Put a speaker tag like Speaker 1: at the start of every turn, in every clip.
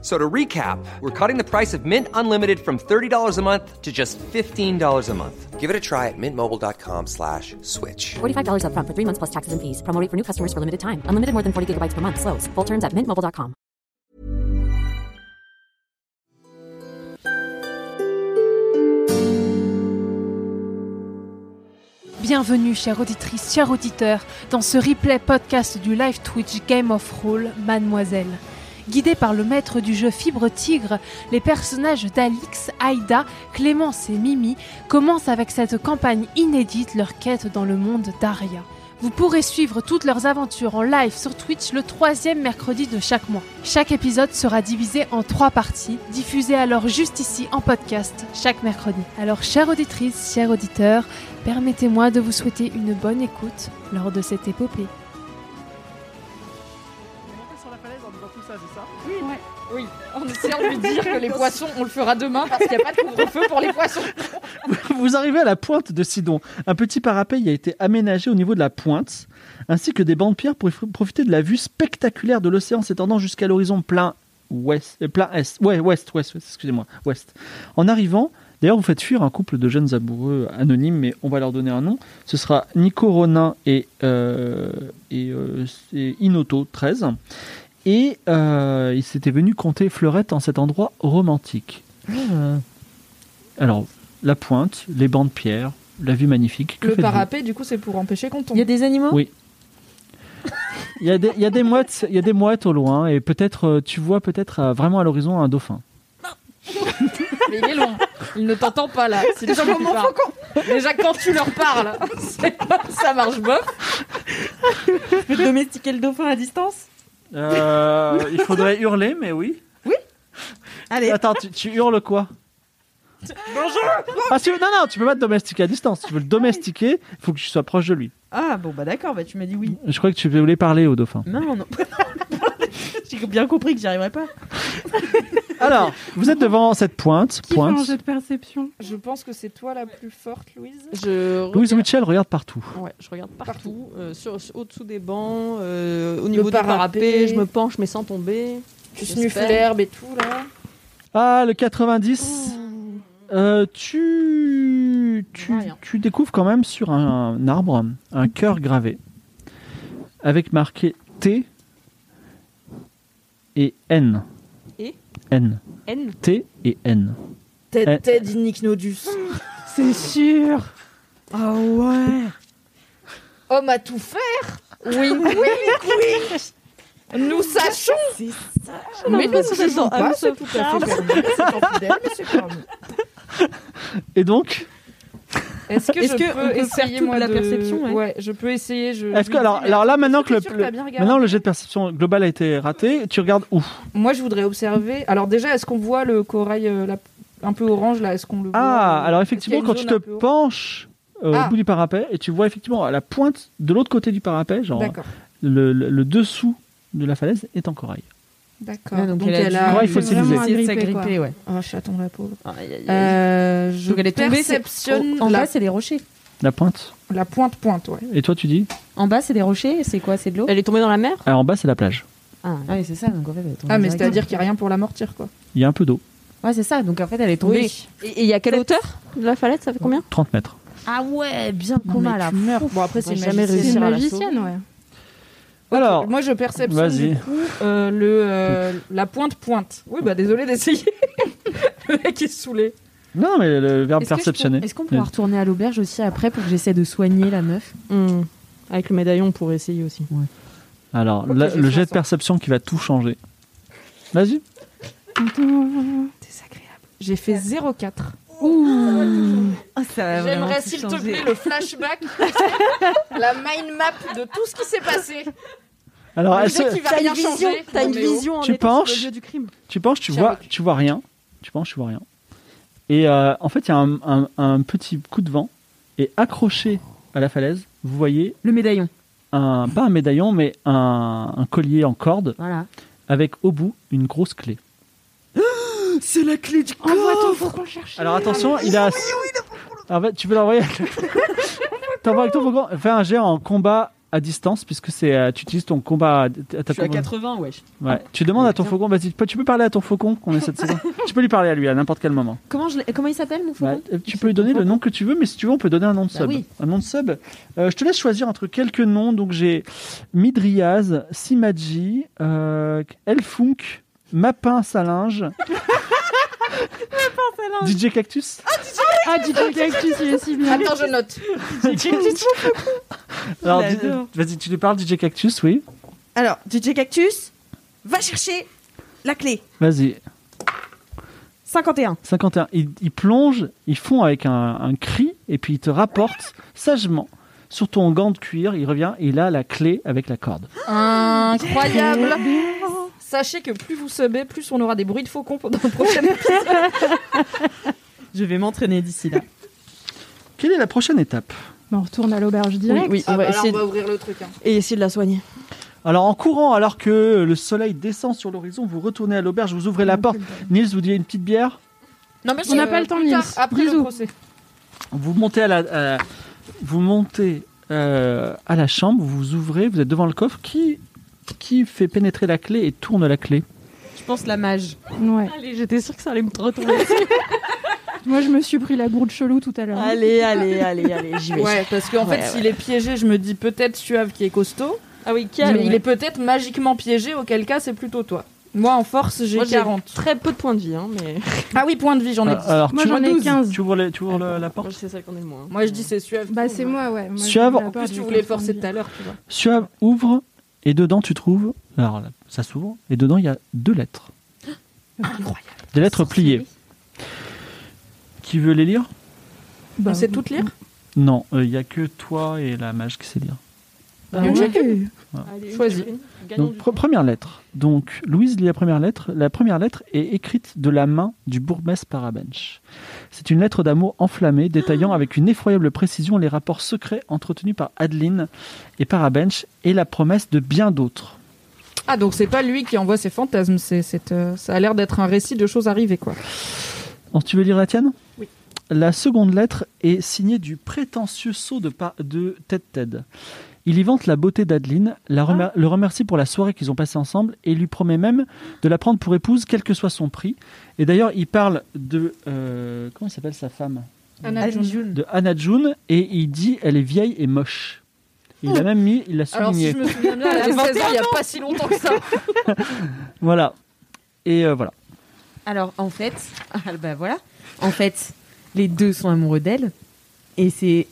Speaker 1: So to recap, we're cutting the price of Mint Unlimited from $30 a month to just $15 a month. Give it a try at mintmobile.com slash switch.
Speaker 2: $45 upfront for three months plus taxes and fees. Promo rate for new customers for limited time. Unlimited more than 40 gigabytes per month. Slows. Full terms at mintmobile.com.
Speaker 3: Bienvenue, chères auditrices, chers auditeurs, dans ce replay podcast du live Twitch Game of Roll Mademoiselle. Guidés par le maître du jeu Fibre Tigre, les personnages d'Alix, Aïda, Clémence et Mimi commencent avec cette campagne inédite leur quête dans le monde d'Aria. Vous pourrez suivre toutes leurs aventures en live sur Twitch le troisième mercredi de chaque mois. Chaque épisode sera divisé en trois parties, diffusées alors juste ici en podcast chaque mercredi. Alors, chères auditrices, chers auditeurs, permettez-moi de vous souhaiter une bonne écoute lors de cette épopée.
Speaker 4: sur la falaise en disant tout ça, c'est ça
Speaker 5: Oui, en essayant de lui dire que les poissons, on le fera demain parce qu'il n'y a pas de couvre-feu pour les poissons.
Speaker 4: Vous arrivez à la pointe de Sidon. Un petit parapet y a été aménagé au niveau de la pointe, ainsi que des bancs de pierre pour f- profiter de la vue spectaculaire de l'océan s'étendant jusqu'à l'horizon plein ouest. euh, plein est. Ouais, ouest, ouest, ouest, excusez-moi, ouest. En arrivant, d'ailleurs, vous faites fuir un couple de jeunes amoureux anonymes, mais on va leur donner un nom. Ce sera Nico Ronin et, euh, et, euh, et Inoto 13. Et euh, ils s'étaient venus compter fleurette en cet endroit romantique. Euh, alors, la pointe, les bancs de pierre, la vue magnifique. Que
Speaker 5: Le
Speaker 4: faites-vous
Speaker 5: parapet, du coup, c'est pour empêcher qu'on
Speaker 3: Il y a
Speaker 5: tombe.
Speaker 3: des animaux
Speaker 4: Oui. Il y, a des, il y a des mouettes, il y a des mouettes au loin et peut-être euh, tu vois peut-être à- vraiment à l'horizon un dauphin.
Speaker 5: Mais il est loin. Il ne t'entend pas là. C'est déjà moment Déjà, quand tu leur parles, c'est- ça marche bof.
Speaker 6: Je peux domestiquer le dauphin à distance
Speaker 4: Euh, il faudrait hurler, mais oui.
Speaker 6: Allez,
Speaker 4: Attends, tu, tu hurles quoi Bonjour ah, si- Non, non, tu peux pas te domestiquer à distance. Tu veux le domestiquer, il faut que tu sois proche de lui.
Speaker 6: ah bon bah d'accord, bah tu m'as dit oui.
Speaker 4: Je crois que tu voulais parler au dauphin.
Speaker 6: Non, non. J'ai bien compris que j'y arriverais pas.
Speaker 4: Alors, vous êtes devant cette pointe.
Speaker 7: Qui fait un
Speaker 4: pointe.
Speaker 7: jeu de perception
Speaker 5: Je pense que c'est toi la plus forte, Louise. Je
Speaker 4: Louise Mitchell regarde partout.
Speaker 8: Ouais, je regarde partout, euh, sur, sur- au-dessous des bancs, euh, au niveau du
Speaker 5: parapet.
Speaker 8: parapet, je me penche mais sans tomber.
Speaker 5: Tu snuffes l'herbe et tout là.
Speaker 4: Ah, le 90. Euh, tu, tu,
Speaker 5: Mmh. Rien.
Speaker 4: tu découvres quand même sur un, un arbre un cœur gravé avec marqué T et N.
Speaker 8: Et
Speaker 4: N.
Speaker 8: N
Speaker 4: T et N. Eh.
Speaker 6: Ted, Ted Nodus.
Speaker 7: C'est sûr
Speaker 6: Ah ouais.
Speaker 5: Homme à tout faire. Oui, oui, oui. Nous sachons.
Speaker 8: Ah,
Speaker 5: Mais nous sachons pas. C'est tout à fait permis. C'est confidentiel, mais c'est permis.
Speaker 4: Et donc,
Speaker 5: Est-ce que
Speaker 6: Est-ce
Speaker 5: je peux
Speaker 6: que on peut faire
Speaker 5: essayer
Speaker 6: tout de
Speaker 5: moi
Speaker 6: la perception, ouais.
Speaker 5: je peux essayer. Je...
Speaker 4: est-ce
Speaker 5: je
Speaker 4: que
Speaker 5: lui
Speaker 4: alors,
Speaker 5: dis, mais
Speaker 4: alors là maintenant que le,
Speaker 5: est-ce tu
Speaker 4: le-
Speaker 5: l'as bien regardé
Speaker 4: maintenant le jet de perception globale a été raté, tu regardes
Speaker 5: Mmh.
Speaker 4: où
Speaker 5: Moi, je voudrais observer. Alors déjà, est-ce qu'on voit le corail euh, la- un peu orange là Est-ce qu'on le voit
Speaker 4: Ah,
Speaker 5: euh,
Speaker 4: alors
Speaker 5: est-ce qu'il y
Speaker 4: effectivement,
Speaker 5: a une
Speaker 4: quand tu
Speaker 5: zone
Speaker 4: te
Speaker 5: un peu orange
Speaker 4: penches euh,
Speaker 5: Ah.
Speaker 4: au bout du parapet et tu vois effectivement à la pointe de l'autre côté du parapet, genre
Speaker 5: D'accord,
Speaker 4: le, le- le dessous de la falaise est en corail.
Speaker 5: d'accord.
Speaker 6: Ah, donc elle a dû-
Speaker 4: Ouais, il faut
Speaker 7: C'est vraiment
Speaker 4: Essayez
Speaker 7: agrippé,
Speaker 6: Grippé, ouais.
Speaker 5: Ah, chaton la pauvre.
Speaker 8: Aïe, aïe, aïe.
Speaker 5: Euh, je
Speaker 6: Donc elle est tombée. c'est-
Speaker 5: perceptionne
Speaker 6: en- En
Speaker 5: la,
Speaker 6: bas c'est des rochers.
Speaker 4: La pointe.
Speaker 5: la pointe pointe, ouais.
Speaker 4: Et toi, tu dis
Speaker 6: En bas c'est des rochers. C'est quoi C'est de l'eau
Speaker 8: Elle est tombée dans la mer
Speaker 4: Alors en bas, c'est la plage.
Speaker 6: Ah oui c'est ça. Donc en fait elle est tombée.
Speaker 5: Ah, mais
Speaker 6: directement.
Speaker 5: c'est-à-dire qu'il n'y a rien pour l'amortir, quoi.
Speaker 4: Il y a un peu d'eau.
Speaker 6: Ouais c'est ça. Donc en fait elle est tombée.
Speaker 8: Et et il y a quelle hauteur de la falaise Ça fait combien
Speaker 4: 30 mètres.
Speaker 6: Ah ouais bien
Speaker 7: Non,
Speaker 6: coma
Speaker 7: mais
Speaker 6: là.
Speaker 7: tu meurs.
Speaker 6: Bon après c'est
Speaker 8: On va
Speaker 6: jamais
Speaker 8: jamais
Speaker 7: C'est
Speaker 6: réussi.
Speaker 7: une
Speaker 8: réussir à la
Speaker 7: magicienne, ouais.
Speaker 4: Alors,
Speaker 5: Moi, je perceptionne
Speaker 4: vas-y.
Speaker 5: du coup euh, le, euh, la pointe pointe. Oui, bah désolé d'essayer. le mec est saoulé.
Speaker 4: non, mais le verbe
Speaker 6: Est-ce que je
Speaker 4: perceptionner.
Speaker 6: peux- Est-ce qu'on pourra retourner à l'auberge aussi après pour que j'essaie de soigner la meuf
Speaker 8: Hmm. Avec le médaillon, on pourrait essayer aussi.
Speaker 4: Alors,
Speaker 5: Ok,
Speaker 4: la-
Speaker 5: j'ai
Speaker 4: le jet de
Speaker 5: 60.
Speaker 4: perception qui va tout changer. Vas-y.
Speaker 5: Désagréable. J'ai fait 0,4.
Speaker 6: ah, Euh,
Speaker 5: J'aimerais, s'il te plaît, le flashback, la mind map de tout ce qui s'est passé.
Speaker 6: Ah,
Speaker 4: Alors,
Speaker 5: Le
Speaker 4: est-ce
Speaker 5: mec qui
Speaker 4: que
Speaker 5: va rien changer.
Speaker 8: Ah, t'as une
Speaker 5: Non, mais oh.
Speaker 8: vision en
Speaker 4: Tu
Speaker 8: étant sous
Speaker 4: penches
Speaker 8: les yeux du crime.
Speaker 4: tu penches, tu
Speaker 5: Tiens,
Speaker 4: vois,
Speaker 5: mec.
Speaker 4: tu vois rien. Tu penches, tu vois rien. Et euh, en fait, il y a un, un- un petit coup de vent. Et accroché à la falaise, vous voyez
Speaker 6: Le médaillon.
Speaker 4: un, pas un médaillon, mais un, un collier en corde
Speaker 6: Voilà.
Speaker 4: avec au bout une grosse clé.
Speaker 5: C'est la clé
Speaker 9: Ah,
Speaker 5: du
Speaker 3: Envoie ton, faut qu'on le cherche.
Speaker 4: Alors attention, il a. En fait, tu peux l'envoyer. T'envoies avec ton Faucon. Fais un jet en combat à distance puisque c'est euh, tu utilises ton combat à, à ta
Speaker 9: Je suis à
Speaker 4: combat-
Speaker 9: 80, wesh.
Speaker 4: Ouais. Tu demandes à ton faucon, vas-y, tu peux- tu peux parler à ton faucon qu'on essaie de savoir. tu peux lui parler à lui à n'importe quel moment.
Speaker 10: Comment, je l'ai- comment il s'appelle, mon faucon Bah
Speaker 4: Ouais, euh, tu peux lui donner le nom que tu veux, mais si tu veux, on peut donner un nom de sub.
Speaker 10: oui.
Speaker 4: Un nom de sub. Euh, je te laisse choisir entre quelques noms. Donc j'ai Midriaz, Simadji, euh, Elfunk, Mapin Salinge. DJ Cactus.
Speaker 3: Ah, dis donc, Cactus, il est si bien.
Speaker 5: Attends, je note.
Speaker 4: Alors,
Speaker 9: Je
Speaker 4: dis-
Speaker 9: l'adore.
Speaker 4: vas-y, tu lui parles DJ Cactus, oui.
Speaker 9: Alors, DJ Cactus, va chercher la clé.
Speaker 4: Vas-y.
Speaker 9: 51.
Speaker 4: 51. Ils, ils plongent, ils font avec un, un cri, et puis ils te rapportent sagement sur ton gant de cuir. Il revient et il a la clé avec la corde.
Speaker 5: Incroyable. Sachez que plus vous subez, plus on aura des bruits de faucons pendant le prochain épisode.
Speaker 9: Je vais m'entraîner d'ici là.
Speaker 4: Quelle est la prochaine étape
Speaker 3: Bon, on retourne à l'auberge direct.
Speaker 10: oui, on va essayer, de-
Speaker 5: ouvrir le truc. hein.
Speaker 10: et essayer de la soigner.
Speaker 4: Alors, en courant, alors que le soleil descend sur l'horizon, vous retournez à l'auberge, vous ouvrez la porte. Niels, vous dit une petite bière.
Speaker 5: Non, mais
Speaker 3: On n'a pas le temps,
Speaker 5: plus tard,
Speaker 3: Nils.
Speaker 5: Après le
Speaker 3: Bisous.
Speaker 5: procès.
Speaker 4: Vous montez à la, à- vous montez euh, à la chambre, vous ouvrez, vous êtes devant le coffre. Qui, qui fait pénétrer la clé et tourne la clé
Speaker 9: Je pense la mage.
Speaker 3: Ouais.
Speaker 9: Allez, j'étais sûre que ça allait me
Speaker 8: hein.
Speaker 9: retomber.
Speaker 3: Moi, je me suis pris la gourde chelou tout à l'heure.
Speaker 9: allez, allez, allez, allez, j'y vais.
Speaker 5: Ouais, parce qu'en
Speaker 9: Ouais,
Speaker 5: fait,
Speaker 9: ouais.
Speaker 5: s'il est piégé, je me dis peut-être Suave qui est costaud.
Speaker 9: Ah oui, qui a-
Speaker 5: Mais il est peut-être magiquement piégé, auquel cas c'est plutôt toi. Moi en force, j'ai
Speaker 9: Moi, j'ai
Speaker 5: 40.
Speaker 9: Très peu de points de vie, hein, mais
Speaker 5: Ah oui, point de vie, j'en ai
Speaker 4: Euh,
Speaker 5: 10.
Speaker 4: Alors,
Speaker 3: Moi,
Speaker 4: tu,
Speaker 3: j'en ai
Speaker 4: ouvres-
Speaker 3: 15.
Speaker 4: tu ouvres, le- tu ouvres le- la porte.
Speaker 9: moi, c'est celle qu'on est le moins.
Speaker 5: Moi je dis c'est Suave.
Speaker 3: Bah, c'est moi, ouais. Moi, je
Speaker 4: Suave.
Speaker 3: vais la
Speaker 4: En
Speaker 5: En
Speaker 3: part,
Speaker 5: plus,
Speaker 3: je
Speaker 5: tu
Speaker 3: vais
Speaker 5: voulais
Speaker 3: prendre
Speaker 5: forcer
Speaker 3: bien.
Speaker 5: tout à l'heure, tu vois.
Speaker 4: Suave ouvre et dedans tu trouves. Alors là, ça s'ouvre et dedans il y a deux lettres.
Speaker 3: Ah,
Speaker 4: Des lettres pliées. Qui veut les lire
Speaker 3: Bah,
Speaker 5: On sait
Speaker 3: oui.
Speaker 5: toutes lire
Speaker 4: Non, euh, il y a que toi et la mage qui sait lire.
Speaker 3: Bah, oui.
Speaker 9: Allez,
Speaker 5: Choisis.
Speaker 4: Donc pre- première lettre. Donc Louise lit la première lettre. La première lettre est écrite de la main du bourgmestre Parabench. C'est une lettre d'amour enflammée détaillant avec une effroyable précision les rapports secrets entretenus par Adeline et Parabench et la promesse de bien d'autres.
Speaker 5: Ah donc c'est pas lui qui envoie ses fantasmes, c'est, c'est, euh, ça a l'air d'être un récit de choses arrivées quoi.
Speaker 4: Alors, tu veux lire la tienne Oui. La seconde lettre est signée du prétentieux sceau de, pa- de Ted Ted. Il y vante la beauté d'Adeline, la remer- le remercie pour la soirée qu'ils ont passée ensemble et lui promet même de la prendre pour épouse, quel que soit son prix. Et d'ailleurs, il parle de. euh, comment il s'appelle sa femme
Speaker 8: Hmm.
Speaker 4: De Anna June et il dit elle est vieille et moche. Il a même mis, il l'a
Speaker 5: Alors
Speaker 4: souligné.
Speaker 5: si je me souviens bien, elle avait 16 ans il y a pas si longtemps que ça.
Speaker 4: Voilà. Et euh, voilà.
Speaker 8: Alors, en fait, ah, bah voilà. En fait, les deux sont amoureux d'elle. Et c'est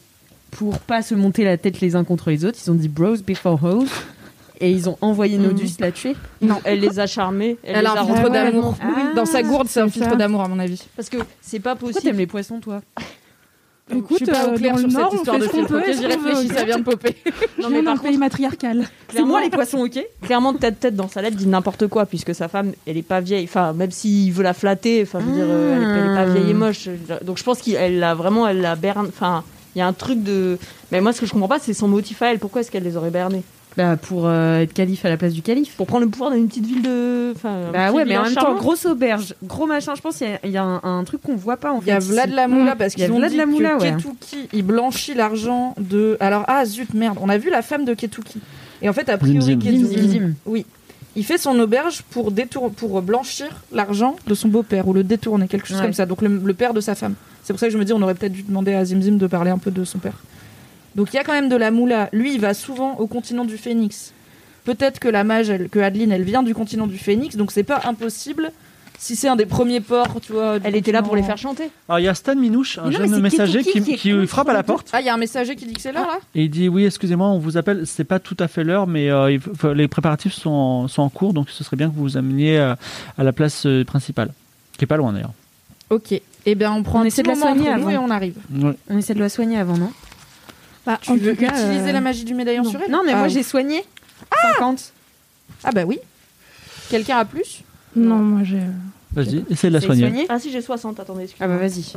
Speaker 8: pour pas se monter la tête les uns contre les autres. Ils ont dit bros before hoes. Et ils ont
Speaker 9: Mm.
Speaker 8: envoyé Nodus la tuer.
Speaker 9: Non, elle les a charmés. Elle,
Speaker 5: Elle
Speaker 9: les
Speaker 5: a
Speaker 9: a
Speaker 5: un
Speaker 3: rentré
Speaker 5: filtre
Speaker 9: rentrés
Speaker 3: dans-
Speaker 9: dans-
Speaker 5: d'amour.
Speaker 8: Ah,
Speaker 5: Oui, dans sa gourde, c'est un
Speaker 3: c'est
Speaker 5: filtre
Speaker 3: ça.
Speaker 5: d'amour à mon avis.
Speaker 8: Parce que c'est pas possible. Pourquoi
Speaker 9: Pourquoi t'aimes
Speaker 8: t'aimes
Speaker 9: les
Speaker 8: les poissons, toi
Speaker 3: Écoute,
Speaker 5: je suis pas
Speaker 3: euh,
Speaker 5: au clair
Speaker 3: dans
Speaker 5: sur
Speaker 3: le Nord, on
Speaker 5: cette histoire
Speaker 3: fait
Speaker 5: de
Speaker 3: ce qu'on
Speaker 5: filtre.
Speaker 3: peut.
Speaker 5: Ok,
Speaker 3: est-ce
Speaker 5: j'y
Speaker 3: qu'on veut
Speaker 5: réfléchis, ça vient de popper.
Speaker 3: Je viens d'un pays matriarcal.
Speaker 8: C'est moi les
Speaker 9: poissons, ok Clairement, tête tête dans sa lettre dit n'importe quoi, puisque sa femme, elle est pas vieille. Enfin, même s'il veut la flatter, enfin, je veux dire, euh, elle, est- elle est pas vieille et moche. Donc je pense qu'elle l'a vraiment, elle la berne. Enfin, il y a un truc de. Mais moi, ce que je comprends pas, c'est son motif à elle. Pourquoi est-ce qu'elle les aurait bernés
Speaker 8: Bah, pour euh, être calife à la place du calife.
Speaker 9: Pour prendre le pouvoir d'une petite ville de. Enfin, un
Speaker 8: Bah
Speaker 9: petit
Speaker 8: ouais, mais en
Speaker 9: village
Speaker 8: même temps,
Speaker 9: charmant.
Speaker 8: grosse auberge, gros machin. Je pense qu'il y a- il y, a un, un truc qu'on voit pas en
Speaker 5: Il
Speaker 8: fait.
Speaker 5: y a Vlad
Speaker 8: ici.
Speaker 5: la Moula parce
Speaker 8: Il y a
Speaker 5: qu'ils ont
Speaker 8: Vlad
Speaker 5: dit
Speaker 8: la Moula,
Speaker 5: que
Speaker 8: ouais.
Speaker 5: Ketuki, il blanchit l'argent de. Alors ah zut merde, on a vu la femme de Ketuki. Et en fait a priori
Speaker 4: Zimzim.
Speaker 5: Ketuki,
Speaker 8: Zimzim.
Speaker 5: oui, il fait son auberge pour détour... pour blanchir l'argent de son beau-père ou le détourner quelque chose
Speaker 8: Ouais.
Speaker 5: comme ça. Donc le, le père de sa femme. C'est pour ça que je me dis on aurait peut-être dû demander à Zimzim de parler un peu de son père. Donc il y a quand même de la Moula. Lui il va souvent au continent du Phénix. Peut-être que la mage, elle- que Adeline, elle vient du continent du Phénix, donc c'est pas impossible. Si c'est un des premiers ports, tu vois. du
Speaker 9: Elle était là pour les
Speaker 5: continent-
Speaker 9: faire chanter.
Speaker 4: Alors il y a Stan Minouche, un
Speaker 8: Mais non, mais
Speaker 4: jeune
Speaker 8: c'est
Speaker 4: messager
Speaker 8: Ketuki
Speaker 4: qui,
Speaker 8: qui est
Speaker 4: qui
Speaker 8: contre
Speaker 4: frappe à la porte.
Speaker 5: Ah, il y a un messager qui dit que c'est l'heure là
Speaker 4: Et il dit oui, excusez-moi, on vous appelle. C'est pas tout à fait l'heure, mais euh, il faut- les préparatifs sont en, sont en cours, donc ce serait bien que vous vous ameniez euh, à la place euh, principale, qui est pas loin d'ailleurs.
Speaker 5: Ok. Eh bien, on prend
Speaker 8: On
Speaker 5: un
Speaker 8: essaie
Speaker 5: petit
Speaker 8: de la
Speaker 5: moment
Speaker 8: soigner
Speaker 5: entre nous
Speaker 8: avant.
Speaker 5: et on arrive.
Speaker 8: On essaie de la soigner avant, non
Speaker 3: Bah,
Speaker 5: Tu veux utiliser
Speaker 3: euh,
Speaker 5: la magie du médaillon sur elle
Speaker 8: Non, mais
Speaker 5: Ah,
Speaker 8: moi
Speaker 5: oui.
Speaker 8: j'ai soigné. 50.
Speaker 5: Ah bah oui. Quelqu'un a plus
Speaker 3: Non, moi, j'ai.
Speaker 4: Vas-y, essaie de la soigner.
Speaker 8: soigné
Speaker 9: Ah si, j'ai 60, attendez,
Speaker 8: Ah
Speaker 9: excusez-moi.
Speaker 8: bah vas-y.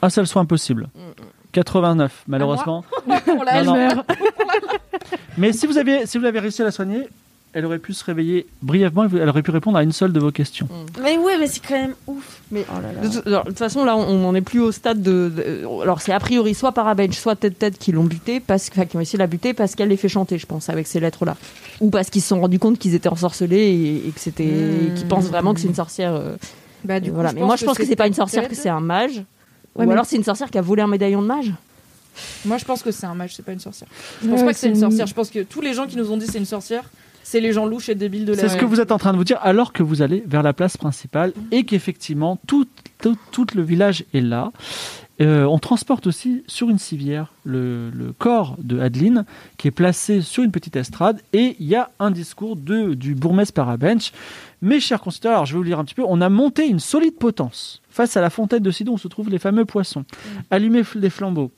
Speaker 4: Un seul soin possible. 89, malheureusement.
Speaker 5: On l'a
Speaker 4: Non, non.
Speaker 3: meurs.
Speaker 4: Mais si vous aviez, si vous l'avez réussi à la soigner, elle aurait pu se réveiller brièvement, et elle aurait pu répondre à une seule de vos questions.
Speaker 9: Mais ouais, mais c'est quand même ouf. Mais de toute- alors, de toute façon, là, on n'en est plus au stade de. de- alors, c'est a priori soit Parabège, soit Tête-Tête qui l'ont buté, parce, enfin, qui ont essayé de la buter parce qu'elle les fait chanter, je pense, avec ces lettres-là. Ou parce qu'ils se sont rendus compte qu'ils étaient ensorcelés et, et que c'était. et qu'ils pensent vraiment que c'est une sorcière. euh,
Speaker 5: Bah, Mmh. du
Speaker 9: et
Speaker 5: coup,
Speaker 9: voilà.
Speaker 5: je
Speaker 9: Mais
Speaker 5: pense
Speaker 9: moi, je
Speaker 5: que
Speaker 9: pense que
Speaker 5: c'est
Speaker 9: c'est pas une
Speaker 5: Tête-Tête.
Speaker 9: sorcière, que c'est un mage.
Speaker 5: Ouais,
Speaker 9: Ou
Speaker 5: mais-
Speaker 9: alors, c'est une sorcière qui a volé un médaillon de mage.
Speaker 5: Moi, je pense que c'est un mage, c'est pas une sorcière. Je pense
Speaker 9: Ouais,
Speaker 5: pas que c'est
Speaker 9: c'est
Speaker 5: une
Speaker 9: une-
Speaker 5: sorcière. Je pense que tous les gens qui nous ont dit c'est une sorcière, c'est les gens louches et débiles de la.
Speaker 4: C'est ce que vous êtes en train de vous dire alors que vous allez vers la place principale et qu'effectivement tout, tout, tout le village est là. Euh, on transporte aussi sur une civière le, le corps de Adeline qui est placé sur une petite estrade et il y a un discours de, du bourgmestre Parabench. Mes chers concitoyens, alors je vais vous lire un petit peu, on a monté une solide potence face à la fontaine de Sidon où se trouvent les fameux poissons.
Speaker 5: Mm.
Speaker 4: Allumez f- les flambeaux.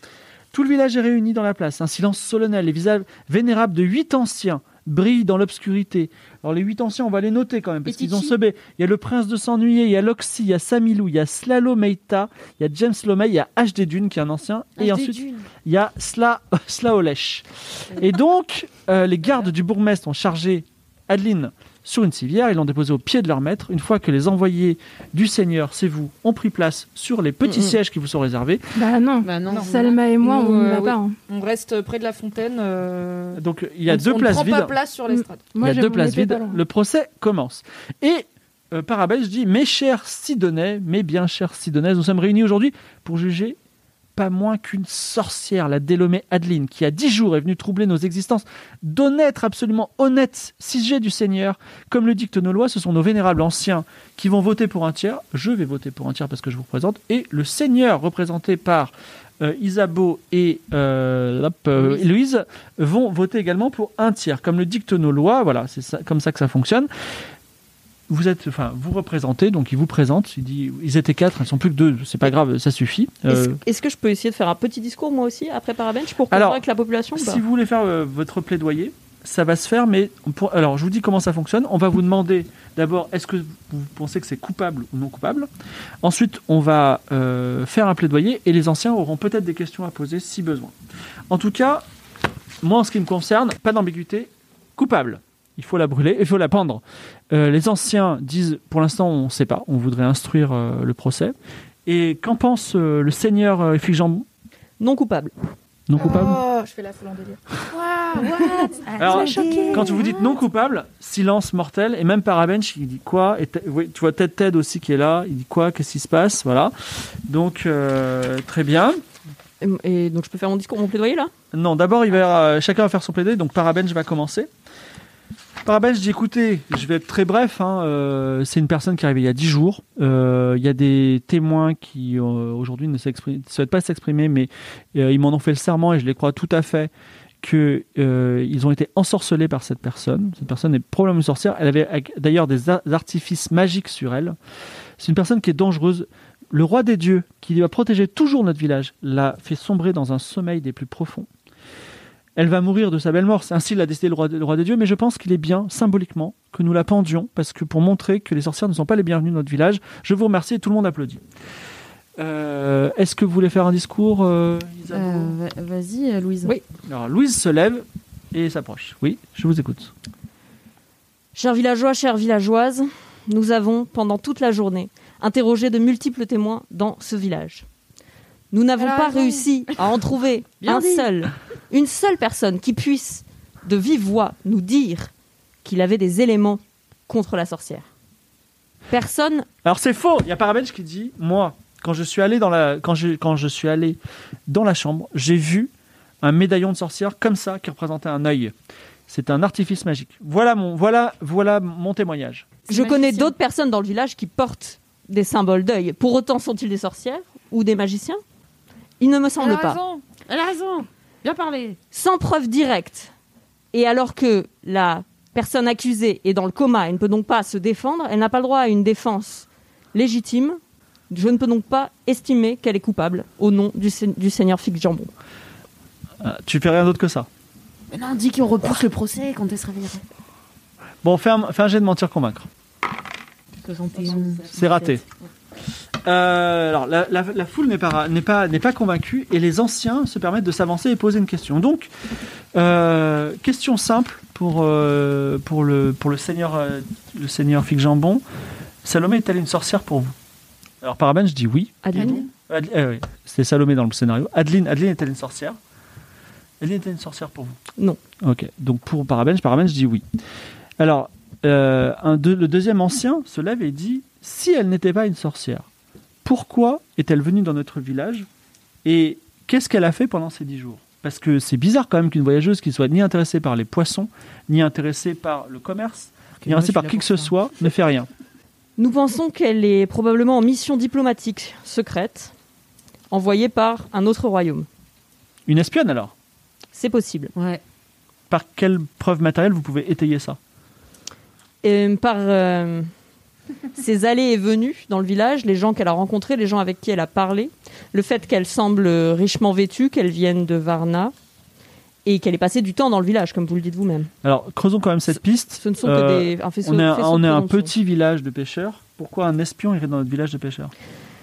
Speaker 4: Tout le village est réuni dans la place, un silence solennel, les visages vénérables de huit anciens brillent dans l'obscurité. Alors les huit anciens, on va les noter quand même, parce qu'ils ont sebé. Il y a le prince de s'ennuyer, il y a Loxy, il y a Samilou, il y a Slalomeita, il y a James Lomé, il y a HD Dune qui est un ancien, et
Speaker 11: HD
Speaker 4: ensuite
Speaker 11: Dune.
Speaker 4: il y a Sla, Slaolèche. Et donc euh, les gardes du bourgmestre ont chargé Adeline sur une civière, ils l'ont déposée au pied de leur maître. Une fois que les envoyés du Seigneur, c'est vous, ont pris place sur les petits
Speaker 5: Mhm.
Speaker 4: sièges qui vous sont réservés,
Speaker 3: Bah non.
Speaker 5: Non,
Speaker 3: Salma et moi,
Speaker 5: Nous,
Speaker 3: on
Speaker 5: euh,
Speaker 3: va
Speaker 5: oui.
Speaker 3: pas. hein.
Speaker 5: On reste près de la fontaine. euh,
Speaker 4: Donc il y a
Speaker 5: on-
Speaker 4: deux
Speaker 5: on ne
Speaker 4: places
Speaker 5: prend
Speaker 4: vides.
Speaker 5: pas place sur l'estrade.
Speaker 4: il y a deux places vides. Le procès commence. Et euh, Parabelle, je dis Mes chers Sidonnais, mes bien chers Sidonnaises, nous sommes réunis aujourd'hui pour juger pas moins qu'une sorcière, la dénommée Adeline, qui à dix jours est venue troubler nos existences d'honnêtes, absolument honnêtes, sujets du Seigneur. Comme le dictent nos lois, ce sont nos vénérables anciens qui vont voter pour un tiers. Je vais voter pour un tiers parce que je vous représente. Et le Seigneur, représenté par euh, Isabeau et euh, hop, euh, et Louise vont voter également pour un tiers. Comme le dictent nos lois, voilà, c'est ça- comme ça que ça fonctionne. Vous êtes, enfin, vous représentez, donc ils vous présentent. Ils, disent, ils étaient quatre, ils sont plus que deux, c'est pas grave, ça suffit.
Speaker 9: Est-ce
Speaker 4: Euh,
Speaker 9: est-ce que je peux essayer de faire un petit discours, moi aussi, après Parabench, pour
Speaker 4: Alors,
Speaker 9: convaincre la population ou pas
Speaker 4: Si vous voulez faire euh, votre plaidoyer, ça va se faire, mais pour- alors je vous dis comment ça fonctionne. On va vous demander d'abord est-ce que vous pensez que c'est coupable ou non coupable. Ensuite, on va euh, faire un plaidoyer et les anciens auront peut-être des questions à poser si besoin. En tout cas, moi en ce qui me concerne, pas d'ambiguïté, coupable. Il faut la brûler, il faut la pendre. Euh, les anciens disent pour l'instant on ne sait pas, on voudrait instruire euh, le procès. Et qu'en pense euh, le seigneur euh, Fig Jambon
Speaker 9: Non coupable.
Speaker 4: Non coupable
Speaker 5: Oh, je fais la foule en délire. Ah,
Speaker 4: Alors, quand vous dites non coupable, silence mortel, et même Parabench, il dit quoi et Ted- oui, Tu vois Ted Ted aussi qui est là, il dit quoi Qu'est-ce qui se passe Voilà. Donc, euh, très bien.
Speaker 9: Et, donc, je peux faire mon discours, mon plaidoyer là
Speaker 4: Non, d'abord, il va, euh, chacun va faire son plaidoyer, donc Parabench va commencer. Parabench dit écoutez, je vais être très bref, hein, euh, c'est une personne qui est arrivée il y a 10 jours. Euh, il y a des témoins qui euh, aujourd'hui ne s'expriment- ne souhaitent pas s'exprimer, mais euh, ils m'en ont fait le serment et je les crois tout à fait qu'ils euh, ont été ensorcelés par cette personne. Cette personne est probablement une sorcière. Elle avait ac- d'ailleurs des a- artifices magiques sur elle. C'est une personne qui est dangereuse. Le roi des dieux, qui doit protéger toujours notre village, l'a fait sombrer dans un sommeil des plus profonds elle va mourir de sa belle mort. Ainsi l'a décidé le roi, le roi des dieux, mais je pense qu'il est bien, symboliquement, que nous la pendions, parce que pour montrer que les sorcières ne sont pas les bienvenues dans notre village, je vous remercie et tout le monde applaudit. Euh, Est-ce que vous voulez faire un discours euh, Isabeau
Speaker 8: Euh, va- Vas-y, euh, Louise.
Speaker 9: Oui.
Speaker 4: Alors, Louise se lève et s'approche. Oui, je vous écoute.
Speaker 9: Chers villageois, chères villageoises, nous avons, pendant toute la journée, interrogé de multiples témoins dans ce village. Nous n'avons
Speaker 8: Elle a
Speaker 9: pas
Speaker 8: raison.
Speaker 9: réussi à en trouver
Speaker 8: Bien
Speaker 9: un
Speaker 8: dit.
Speaker 9: seul, une seule personne qui puisse, de vive voix, nous dire qu'il avait des éléments contre la sorcière. Personne
Speaker 4: Alors c'est faux. Il y a Parabelge qui dit moi quand je suis allé dans la quand je quand je suis allé dans la chambre, j'ai vu un médaillon de sorcière comme ça qui représentait un œil. C'est un artifice magique. Voilà mon voilà voilà mon témoignage.
Speaker 9: Je connais d'autres personnes dans le village qui portent des symboles d'œil. Pour autant, sont-ils des sorcières ou des magiciens Il ne me semble pas.
Speaker 8: Elle a raison. Bien parlé.
Speaker 9: Sans preuve directe, et alors que la personne accusée est dans le coma et ne peut donc pas se défendre, elle n'a pas le droit à une défense légitime. Je ne peux donc pas estimer qu'elle est coupable au nom du, se- du seigneur Fix Jambon.
Speaker 4: Euh, tu fais rien d'autre que ça.
Speaker 8: Mais non, dis qu'on repousse le procès et qu'on te se réveillera.
Speaker 4: Bon, fais un, fais un jet de mentir convaincre. C'est raté. Euh, alors, la, la- la foule n'est pas, n'est, pas, n'est pas convaincue et les anciens se permettent de s'avancer et poser une question. Donc, euh, question simple pour, euh, pour, le, pour le seigneur, euh, le seigneur Fig Jambon, Salomé est-elle une sorcière pour vous Alors, Paraben, je dis oui.
Speaker 8: Adeline
Speaker 4: Ad- euh, oui, C'était Salomé dans le scénario. Adeline, Adeline est-elle une sorcière Adeline était une sorcière pour vous
Speaker 9: Non.
Speaker 4: Ok, donc pour Parabench, Parabench dit oui. Alors, euh, un deux- le deuxième ancien se lève et dit Si elle n'était pas une sorcière, pourquoi est-elle venue dans notre village et qu'est-ce qu'elle a fait pendant ces dix jours Parce que c'est bizarre quand même qu'une voyageuse qui soit ni intéressée par les poissons, ni intéressée par le commerce, ni intéressée par qui que ce soit, ne fait rien.
Speaker 9: Nous pensons qu'elle est probablement en mission diplomatique secrète, envoyée par un autre royaume.
Speaker 4: Une espionne alors
Speaker 9: C'est possible.
Speaker 4: Par quelle preuve matérielle vous pouvez étayer ça
Speaker 9: Et par euh, ses allées et venues dans le village, les gens qu'elle a rencontrés, les gens avec qui elle a parlé, le fait qu'elle semble euh, richement vêtue, qu'elle vienne de Varna et qu'elle ait passé du temps dans le village, comme vous le dites vous-même.
Speaker 4: Alors, creusons quand même cette piste. Euh,
Speaker 9: ce ne sont que des- un faisceau-
Speaker 4: on est un,
Speaker 9: faisceau
Speaker 4: on
Speaker 9: de
Speaker 4: est un
Speaker 9: présomption.
Speaker 4: petit village de pêcheurs. Pourquoi un espion irait dans notre village de pêcheurs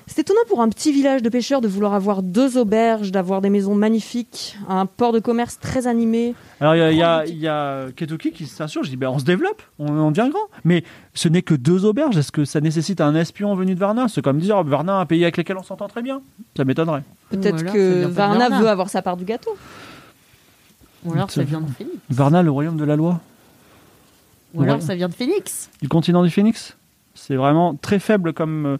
Speaker 9: C'est étonnant pour un petit village de pêcheurs de vouloir avoir deux auberges, d'avoir des maisons magnifiques, un port de commerce très animé.
Speaker 4: Alors, il y a- il y a, il y a Ketuki qui s'insurge. Je dis ben, on se développe, on, on devient grand. Mais ce n'est que deux auberges. Est-ce que ça nécessite un espion venu de Varna C'est comme dire oh, Varna, un pays avec lequel on s'entend très bien. Ça m'étonnerait.
Speaker 9: Peut-être
Speaker 8: Ou alors, ça
Speaker 9: que
Speaker 8: vient pas de
Speaker 9: Varna
Speaker 8: Varna.
Speaker 9: veut avoir sa part du gâteau.
Speaker 8: Ou alors ça
Speaker 4: Ça-
Speaker 8: vient de Phoenix.
Speaker 4: Varna, le royaume de la loi
Speaker 8: Ou alors
Speaker 4: Ouais.
Speaker 8: ça vient de Phoenix.
Speaker 4: du continent du Phénix. C'est vraiment très faible comme. euh.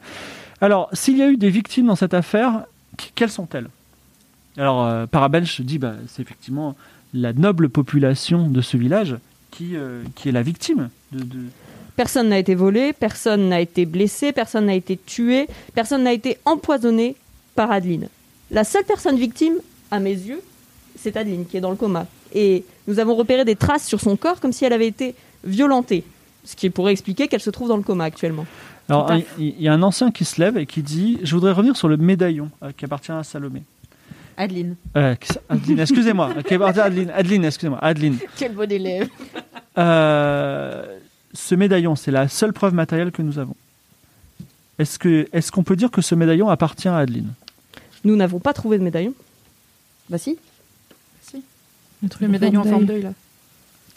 Speaker 4: Alors, s'il y a eu des victimes dans cette affaire, qu- quelles sont-elles Alors, euh, Parabench dit bah, c'est effectivement la noble population de ce village qui, euh, qui est la victime. De, de-
Speaker 9: Personne n'a été volé, personne n'a été blessé, personne n'a été tué, personne n'a été empoisonné par Adeline. La seule personne victime, à mes yeux, c'est Adeline qui est dans le coma. Et nous avons repéré des traces sur son corps comme si elle avait été violentée, ce qui pourrait expliquer qu'elle se trouve dans le coma actuellement.
Speaker 4: Alors,
Speaker 9: Tout à
Speaker 4: un- il il y a un ancien qui se lève et qui dit Je voudrais revenir sur le médaillon euh, qui appartient à Salomé.
Speaker 8: Adeline.
Speaker 4: Euh, qui s- Adeline, excusez-moi. qui appartient à Adeline, Adeline excusez-moi. Adeline.
Speaker 11: Quel bon élève.
Speaker 4: Euh, ce médaillon, c'est la seule preuve matérielle que nous avons. Est-ce que est-ce qu'on peut dire que ce médaillon appartient à Adeline
Speaker 9: Nous n'avons pas trouvé de médaillon.
Speaker 8: Bah si.
Speaker 5: Le médaillon en forme d'œil, là.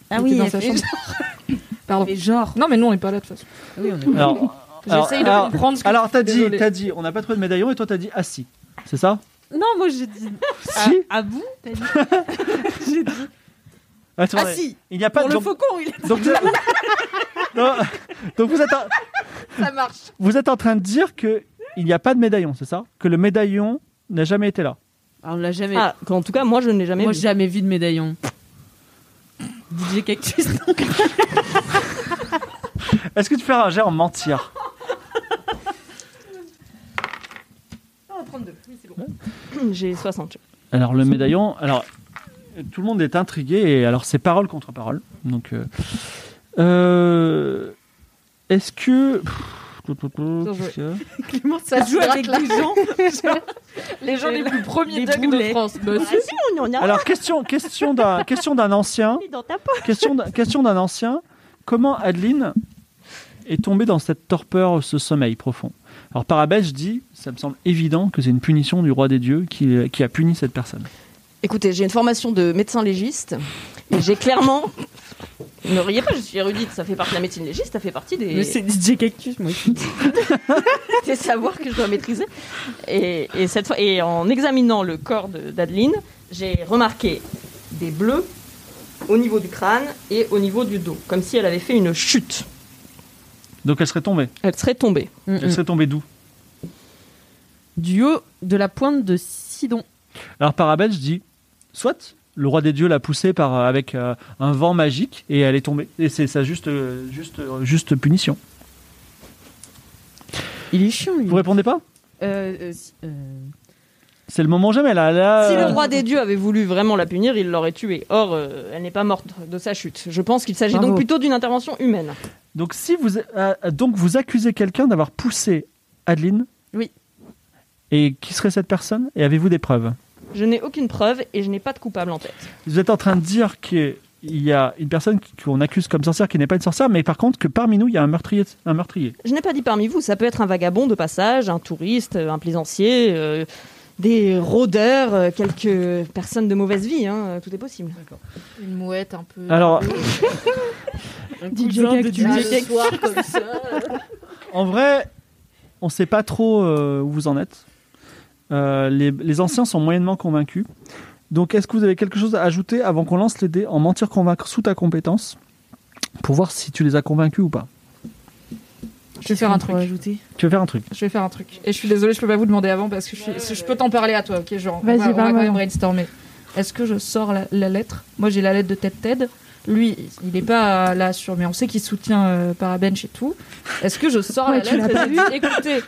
Speaker 8: Ah
Speaker 5: Il
Speaker 8: oui,
Speaker 5: était dans
Speaker 8: elle
Speaker 5: sa
Speaker 8: fait
Speaker 5: chambre. Pardon. genre. Non, mais nous, on n'est pas là, de toute façon.
Speaker 8: Oui, on
Speaker 4: Alors,
Speaker 5: J'essaye de
Speaker 4: alors-
Speaker 5: comprendre ce que
Speaker 4: Alors
Speaker 5: tu-
Speaker 4: t'as dit,
Speaker 5: Désolée.
Speaker 4: t'as dit, on n'a pas trouvé de médaillon et toi t'as dit ah si, c'est ça
Speaker 8: Non, moi j'ai dit.
Speaker 4: Si.
Speaker 5: Ah,
Speaker 8: À, à vous T'as dit.
Speaker 4: Attendez,
Speaker 8: Ah si.
Speaker 4: Il n'y a pas
Speaker 8: Pour
Speaker 4: de
Speaker 8: le
Speaker 4: donc,
Speaker 8: faucon, il est.
Speaker 4: donc, non, donc vous êtes en,
Speaker 11: Ça marche.
Speaker 4: vous êtes en train de dire que il n'y a pas de médaillon, c'est ça Que le médaillon n'a jamais été là.
Speaker 8: Ah, on l'a jamais.
Speaker 9: Ah, en tout cas, moi, je ne l'ai jamais
Speaker 8: moi,
Speaker 9: vu.
Speaker 8: jamais vu de médaillon. DJ Cactus.
Speaker 4: Est-ce que tu fais un jet en mentir
Speaker 9: J'ai 60.
Speaker 4: Alors le médaillon, alors tout le monde est intrigué et alors c'est parole contre parole. Donc euh, euh, est-ce que
Speaker 8: Clément,
Speaker 11: Ça
Speaker 8: ça
Speaker 11: se
Speaker 8: joue avec
Speaker 11: braque,
Speaker 8: des gens.
Speaker 5: Les gens les plus premiers
Speaker 8: Des
Speaker 5: thugs de
Speaker 8: boulets.
Speaker 5: France. Bah, si.
Speaker 9: on y en a
Speaker 4: alors question question d'un question d'un ancien
Speaker 9: dans ta poche.
Speaker 4: question d'un- question d'un ancien comment Adeline est tombée dans cette torpeur ce sommeil profond alors Parabèche dit ça me semble évident que c'est une punition du roi des dieux qui, qui a puni cette personne
Speaker 9: Écoutez, j'ai une formation de médecin légiste et j'ai clairement. Ne riez pas, je suis érudite, ça fait partie de la médecine légiste, ça fait partie des.
Speaker 8: Mais c'est DJ Cactus, moi. aussi.
Speaker 9: des savoirs que je dois maîtriser. Et, et cette fois, et en examinant le corps de- d'Adeline, j'ai remarqué des bleus au niveau du crâne et au niveau du dos, comme si elle avait fait une chute.
Speaker 4: donc elle serait tombée
Speaker 9: Elle serait tombée.
Speaker 4: elle serait tombée d'où
Speaker 8: Du haut de la pointe de Sidon.
Speaker 4: Alors Parabel, je dis, soit le roi des dieux l'a poussée par, euh, avec euh, un vent magique et elle est tombée. Et c'est sa juste, euh, juste, euh, juste punition.
Speaker 8: Il est chiant, lui.
Speaker 4: Vous répondez pas
Speaker 8: Euh, euh, si- euh,
Speaker 4: C'est le moment jamais là. là
Speaker 9: Si le
Speaker 4: euh,
Speaker 9: roi des dieux avait voulu vraiment la punir, il l'aurait tuée. Or, euh, elle n'est pas morte de sa chute. Je pense qu'il s'agit
Speaker 8: Bravo.
Speaker 9: donc plutôt d'une intervention humaine.
Speaker 4: Donc si vous, euh, donc vous accusez quelqu'un d'avoir poussé Adeline.
Speaker 8: Oui.
Speaker 4: Et qui serait cette personne Et avez-vous des preuves
Speaker 9: Je n'ai aucune preuve et je n'ai pas de coupable en tête.
Speaker 4: Vous êtes en train de dire qu'il y a une personne qui- qu'on accuse comme sorcière qui n'est pas une sorcière, mais par contre que parmi nous il y a un meurtrier. Un meurtrier.
Speaker 9: Je n'ai pas dit parmi vous, ça peut être un vagabond de passage, un touriste, euh, un plaisancier, euh, des rôdeurs, euh, quelques personnes de mauvaise vie, hein, tout est possible.
Speaker 5: Une mouette un peu.
Speaker 4: Alors-
Speaker 5: Un
Speaker 3: DJ
Speaker 5: coup de
Speaker 3: Cactus.
Speaker 5: DJ
Speaker 3: Ah, le
Speaker 5: Cactus.
Speaker 3: soir,
Speaker 5: comme ça.
Speaker 4: En vrai, on sait pas trop euh, où vous en êtes. Euh, les, les anciens sont moyennement convaincus. Donc, est-ce que vous avez quelque chose à ajouter avant qu'on lance les dés en mentir convaincre sous ta compétence pour voir si tu les as convaincus ou pas
Speaker 5: Je vais faire un truc.
Speaker 4: Tu veux faire un truc
Speaker 5: Je vais faire un truc. Et je suis désolée, je peux pas vous demander avant parce que je, suis- je peux t'en parler à toi, ok Genre, on
Speaker 3: Vas-y,
Speaker 5: va, on va
Speaker 3: parle-moi.
Speaker 5: quand même brainstormer. Est-ce que je sors la, la lettre Moi, j'ai la lettre de Ted Ted. Lui, il est pas euh, là sur, mais on sait qu'il soutient euh, Parabench et tout. Est-ce que je sors
Speaker 3: Ouais,
Speaker 5: la
Speaker 3: tu
Speaker 5: lettre
Speaker 3: l'as
Speaker 5: et je dis, Écoutez,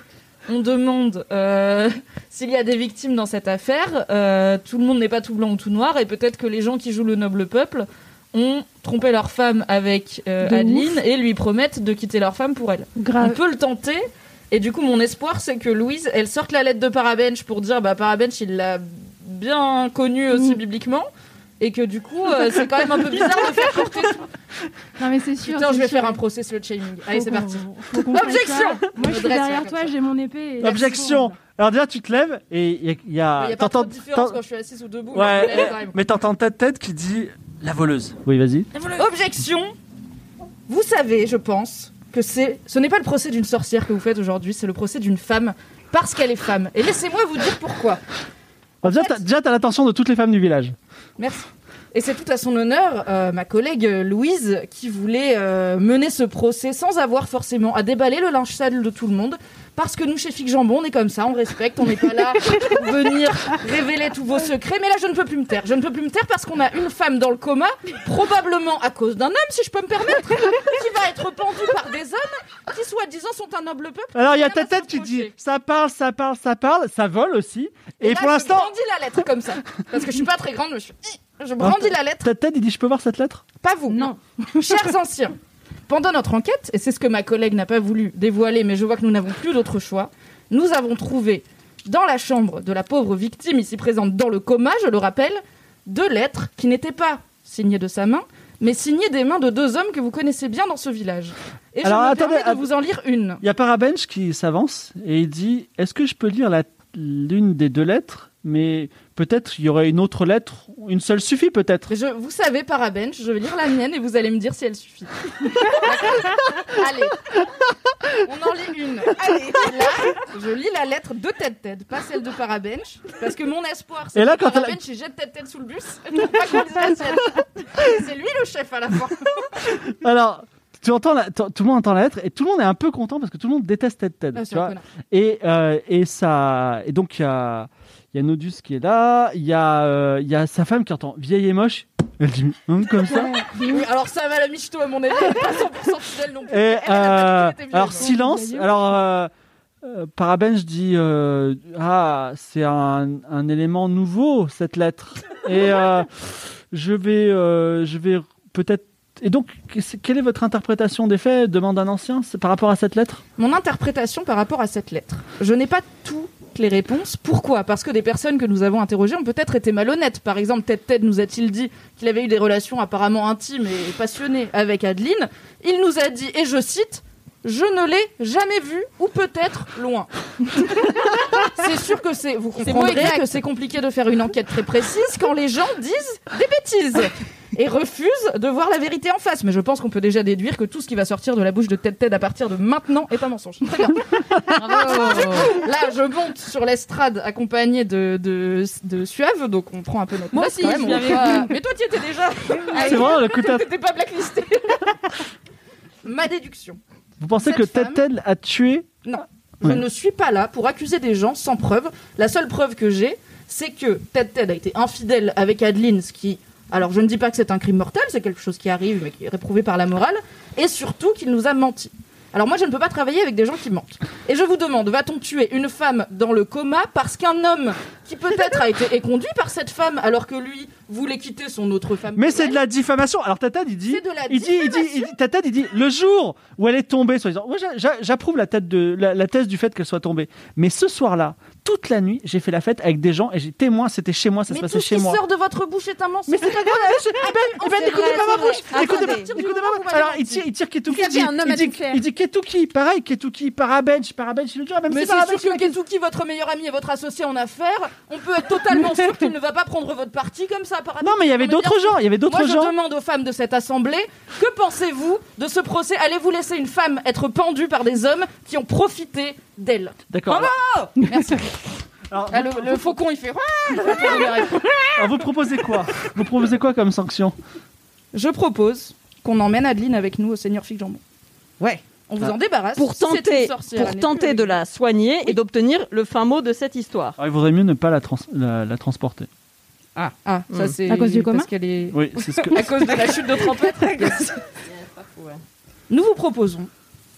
Speaker 5: on demande euh, s'il y a des victimes dans cette affaire. Euh, tout le monde n'est pas tout blanc ou tout noir, et peut-être que les gens qui jouent le noble peuple ont trompé leur femme avec euh,
Speaker 3: De ouf.
Speaker 5: Adeline et lui promettent de quitter leur femme pour elle.
Speaker 3: Grave.
Speaker 5: On peut le tenter. Et du coup, mon espoir, c'est que Louise, elle sorte la lettre de Parabench pour dire, bah Parabench, il l'a bien connu aussi bibliquement. Et que du coup, euh, c'est quand même un peu bizarre de faire porter.
Speaker 3: Non, mais c'est sûr.
Speaker 5: Putain,
Speaker 3: c'est
Speaker 5: je vais
Speaker 3: sûr.
Speaker 5: faire un procès sur le shaming. Allez,
Speaker 3: Faut
Speaker 5: c'est
Speaker 3: qu'on-
Speaker 5: parti.
Speaker 3: faut qu'on fasse
Speaker 5: Objection
Speaker 3: ça. Moi, je
Speaker 5: Je
Speaker 3: suis
Speaker 5: me dresse,
Speaker 3: derrière
Speaker 5: là,
Speaker 3: toi, j'ai mon épée. et-
Speaker 4: Objection Alors, déjà, tu te lèves et il y a. il y a-
Speaker 5: Il n'y a pas trop de
Speaker 4: Ah, t'entends-
Speaker 5: différence
Speaker 4: t'en-
Speaker 5: quand je suis assise ou debout.
Speaker 4: Ouais,
Speaker 5: mais elle, quand même.
Speaker 4: mais t'entends ta tête qui dit la voleuse. Oui, vas-y.
Speaker 5: Objection Vous savez, je pense, que c'est, ce n'est pas le procès d'une sorcière que vous faites aujourd'hui, c'est le procès d'une femme parce qu'elle est femme. Et laissez-moi vous dire pourquoi.
Speaker 4: Ah, déjà, t'as- déjà, t'as l'attention de toutes les femmes du village.
Speaker 5: Merci. Et c'est tout à son honneur, euh, ma collègue euh, Louise, qui voulait euh, mener ce procès sans avoir forcément à déballer le linge sale de tout le monde. Parce que nous, chez Fic Jambon, on est comme ça, on respecte, on n'est pas là pour venir révéler tous vos secrets. Mais là, je ne peux plus me taire. Je ne peux plus me taire parce qu'on a une femme dans le coma, probablement à cause d'un homme, si je peux me permettre, qui va être pendue par des hommes qui, soi-disant, sont un noble peuple.
Speaker 4: Alors, il y a ta tête qui dit ça parle, ça parle, ça parle, ça vole aussi. Et,
Speaker 5: là,
Speaker 4: pour l'instant.
Speaker 5: Je brandis la lettre comme ça. Parce que je suis pas très grande, mais je suis- Je brandis
Speaker 4: Ah.
Speaker 5: la lettre.
Speaker 4: Ta tête, il dit je peux voir cette lettre
Speaker 5: Pas vous. Non. Chers anciens, pendant notre enquête, et c'est ce que ma collègue n'a pas voulu dévoiler, mais je vois que nous n'avons plus d'autre choix, nous avons trouvé dans la chambre de la pauvre victime ici présente dans le coma, je le rappelle, deux lettres qui n'étaient pas signées de sa main, mais signées des mains de deux hommes que vous connaissez bien dans ce village. Et
Speaker 4: Alors,
Speaker 5: je me
Speaker 4: attendez,
Speaker 5: permets de
Speaker 4: att-
Speaker 5: vous en lire une.
Speaker 4: Il y a Parabench qui s'avance et il dit Est-ce que je peux lire la- l'une des deux lettres Mais peut-être il y aurait une autre lettre, une seule suffit peut-être.
Speaker 5: Mais je- vous savez, Parabench, je vais lire la mienne et vous allez me dire si elle suffit. D'accord allez, on en lit une. Allez, là, je lis la lettre de Ted Ted, pas celle de Parabench, parce que mon espoir, c'est
Speaker 4: Et là,
Speaker 5: que
Speaker 4: quand elle a-
Speaker 5: Parabench, il jette Ted Ted sous le bus. pour pas qu'on dise la sienne. C'est lui le chef à la fin.
Speaker 4: Alors, tu entends la- t- tout le monde entend la lettre et tout le monde est un peu content parce que tout le monde déteste Ted Ted.
Speaker 5: Ah, c'est
Speaker 4: tu
Speaker 5: un
Speaker 4: vois.
Speaker 5: connard.
Speaker 4: et, euh, et, ça, et donc, il y a, il y a Nodus qui est là, il y, a, euh, il y a sa femme qui entend vieille et moche. Elle dit Hum, comme ça.
Speaker 5: Oui, alors ça va la michto à mon avis, elle est pas 100% fidèle non plus.
Speaker 4: Et
Speaker 5: Elle, elle a
Speaker 4: euh,
Speaker 5: pas toujours été hein. fidèle.
Speaker 4: alors silence. Alors euh, euh, Parabench dit euh, ah c'est un, un élément nouveau cette lettre et euh, je vais euh, je vais peut-être et donc qu'est-ce- quelle est votre interprétation des faits demande un ancien c'est par rapport à cette lettre
Speaker 5: Mon interprétation par rapport à cette lettre. Je n'ai pas toutes les réponses. Pourquoi Parce que des personnes que nous avons interrogées ont peut-être été malhonnêtes. Par exemple, Ted Ted nous a-t-il dit qu'il avait eu des relations apparemment intimes et passionnées avec Adeline Il nous a dit, et je cite, je ne l'ai jamais vu ou peut-être loin. c'est sûr que c'est. Vous
Speaker 3: C'est moins
Speaker 5: comprendrez
Speaker 3: exact.
Speaker 5: que c'est compliqué de faire une enquête très précise quand les gens disent des bêtises et refusent de voir la vérité en face. Mais je pense qu'on peut déjà déduire que tout ce qui va sortir de la bouche de Ted Ted à partir de maintenant est un mensonge. Très bien. Là, je monte sur l'estrade accompagnée de, de, de Suave, donc on prend un peu notre
Speaker 3: Moi
Speaker 5: place
Speaker 3: aussi,
Speaker 5: quand même,
Speaker 3: je
Speaker 5: on
Speaker 3: viens avec
Speaker 5: va pas-
Speaker 3: vous.
Speaker 5: Mais toi, tu y étais déjà. Ah
Speaker 4: C'est vrai, le coup de-
Speaker 5: T'étais pas blacklisté. Ma déduction.
Speaker 4: vous pensez que Ted Ted a tué
Speaker 5: Non. Je ne suis pas là pour accuser des gens sans preuve. La seule preuve que j'ai, c'est que Ted Ted a été infidèle avec Adeline, ce qui. Alors, je ne dis pas que c'est un crime mortel, c'est quelque chose qui arrive, mais qui est réprouvé par la morale. Et surtout qu'il nous a menti. Alors, moi, je ne peux pas travailler avec des gens qui mentent. Et je vous demande, va-t-on tuer une femme dans le coma parce qu'un homme qui peut-être a été éconduit par cette femme alors que lui voulait quitter son autre femme
Speaker 4: mais c'est de la diffamation. Alors Ted Ted, il dit,
Speaker 5: C'est de la
Speaker 4: il dit, il dit, il dit- Ted Ted, il dit, le jour où elle est tombée, soi-disant, moi j'a- j'a- j'approuve la, tête de- la- la thèse du fait qu'elle soit tombée. Mais ce soir-là, toute la nuit, j'ai fait la fête avec des gens et j'ai témoin, c'était chez moi, ça
Speaker 5: Mais
Speaker 4: se
Speaker 5: tout
Speaker 4: passait
Speaker 5: ce
Speaker 4: chez
Speaker 5: qui
Speaker 4: moi.
Speaker 5: sort de votre bouche est un mensonge.
Speaker 4: Mais c'est pas grave, je- eh ben, eh ben, n'écoutez pas ma bouche, écoutez pas- écoutez pas ma- Alors, il tire, il tire Ketuki.
Speaker 5: Vous
Speaker 4: Il
Speaker 5: avez
Speaker 4: dit,
Speaker 5: un homme
Speaker 4: il
Speaker 5: à
Speaker 4: dit-
Speaker 5: tout faire.
Speaker 4: il dit Ketuki, pareil, Ketuki, Parabench, Parabench, le jour, même
Speaker 5: Mais
Speaker 4: si
Speaker 5: c'est sûr
Speaker 4: Parabench.
Speaker 5: que Kezuki, votre meilleur ami et votre associé en affaires, on peut être totalement sûr qu'il ne va pas prendre votre parti comme ça. Par
Speaker 4: Non, mais il y avait
Speaker 5: Non,
Speaker 4: d'autres
Speaker 5: bien sûr.
Speaker 4: gens, il y avait d'autres
Speaker 5: Moi,
Speaker 4: gens.
Speaker 5: je demande aux femmes de cette assemblée, que pensez-vous de ce procès Allez-vous laisser une femme être pendue par des hommes qui ont profité d'elle
Speaker 4: D'accord.
Speaker 5: Bravo Merci.
Speaker 4: Alors,
Speaker 5: Ah, le, le faucon, il fait.
Speaker 4: Alors, vous proposez quoi Vous proposez quoi comme sanction
Speaker 5: Je propose qu'on emmène Adeline avec nous au Seigneur Fig Jambon.
Speaker 9: Ouais.
Speaker 5: On vous en débarrasse.
Speaker 9: Pour
Speaker 5: C'est une
Speaker 9: tenter,
Speaker 5: sorcière, elle
Speaker 9: pour
Speaker 5: n'est
Speaker 9: tenter
Speaker 5: plus
Speaker 9: de la soigner et d'obtenir le fin mot de cette histoire.
Speaker 4: Alors, il vaudrait mieux ne pas la, trans- la, la transporter.
Speaker 9: Ah,
Speaker 5: ça c'est
Speaker 9: À cause du
Speaker 5: parce
Speaker 9: coma
Speaker 5: qu'elle est-
Speaker 4: Oui, c'est ce que-
Speaker 5: à cause de la chute de 30 mètres. Nous vous proposons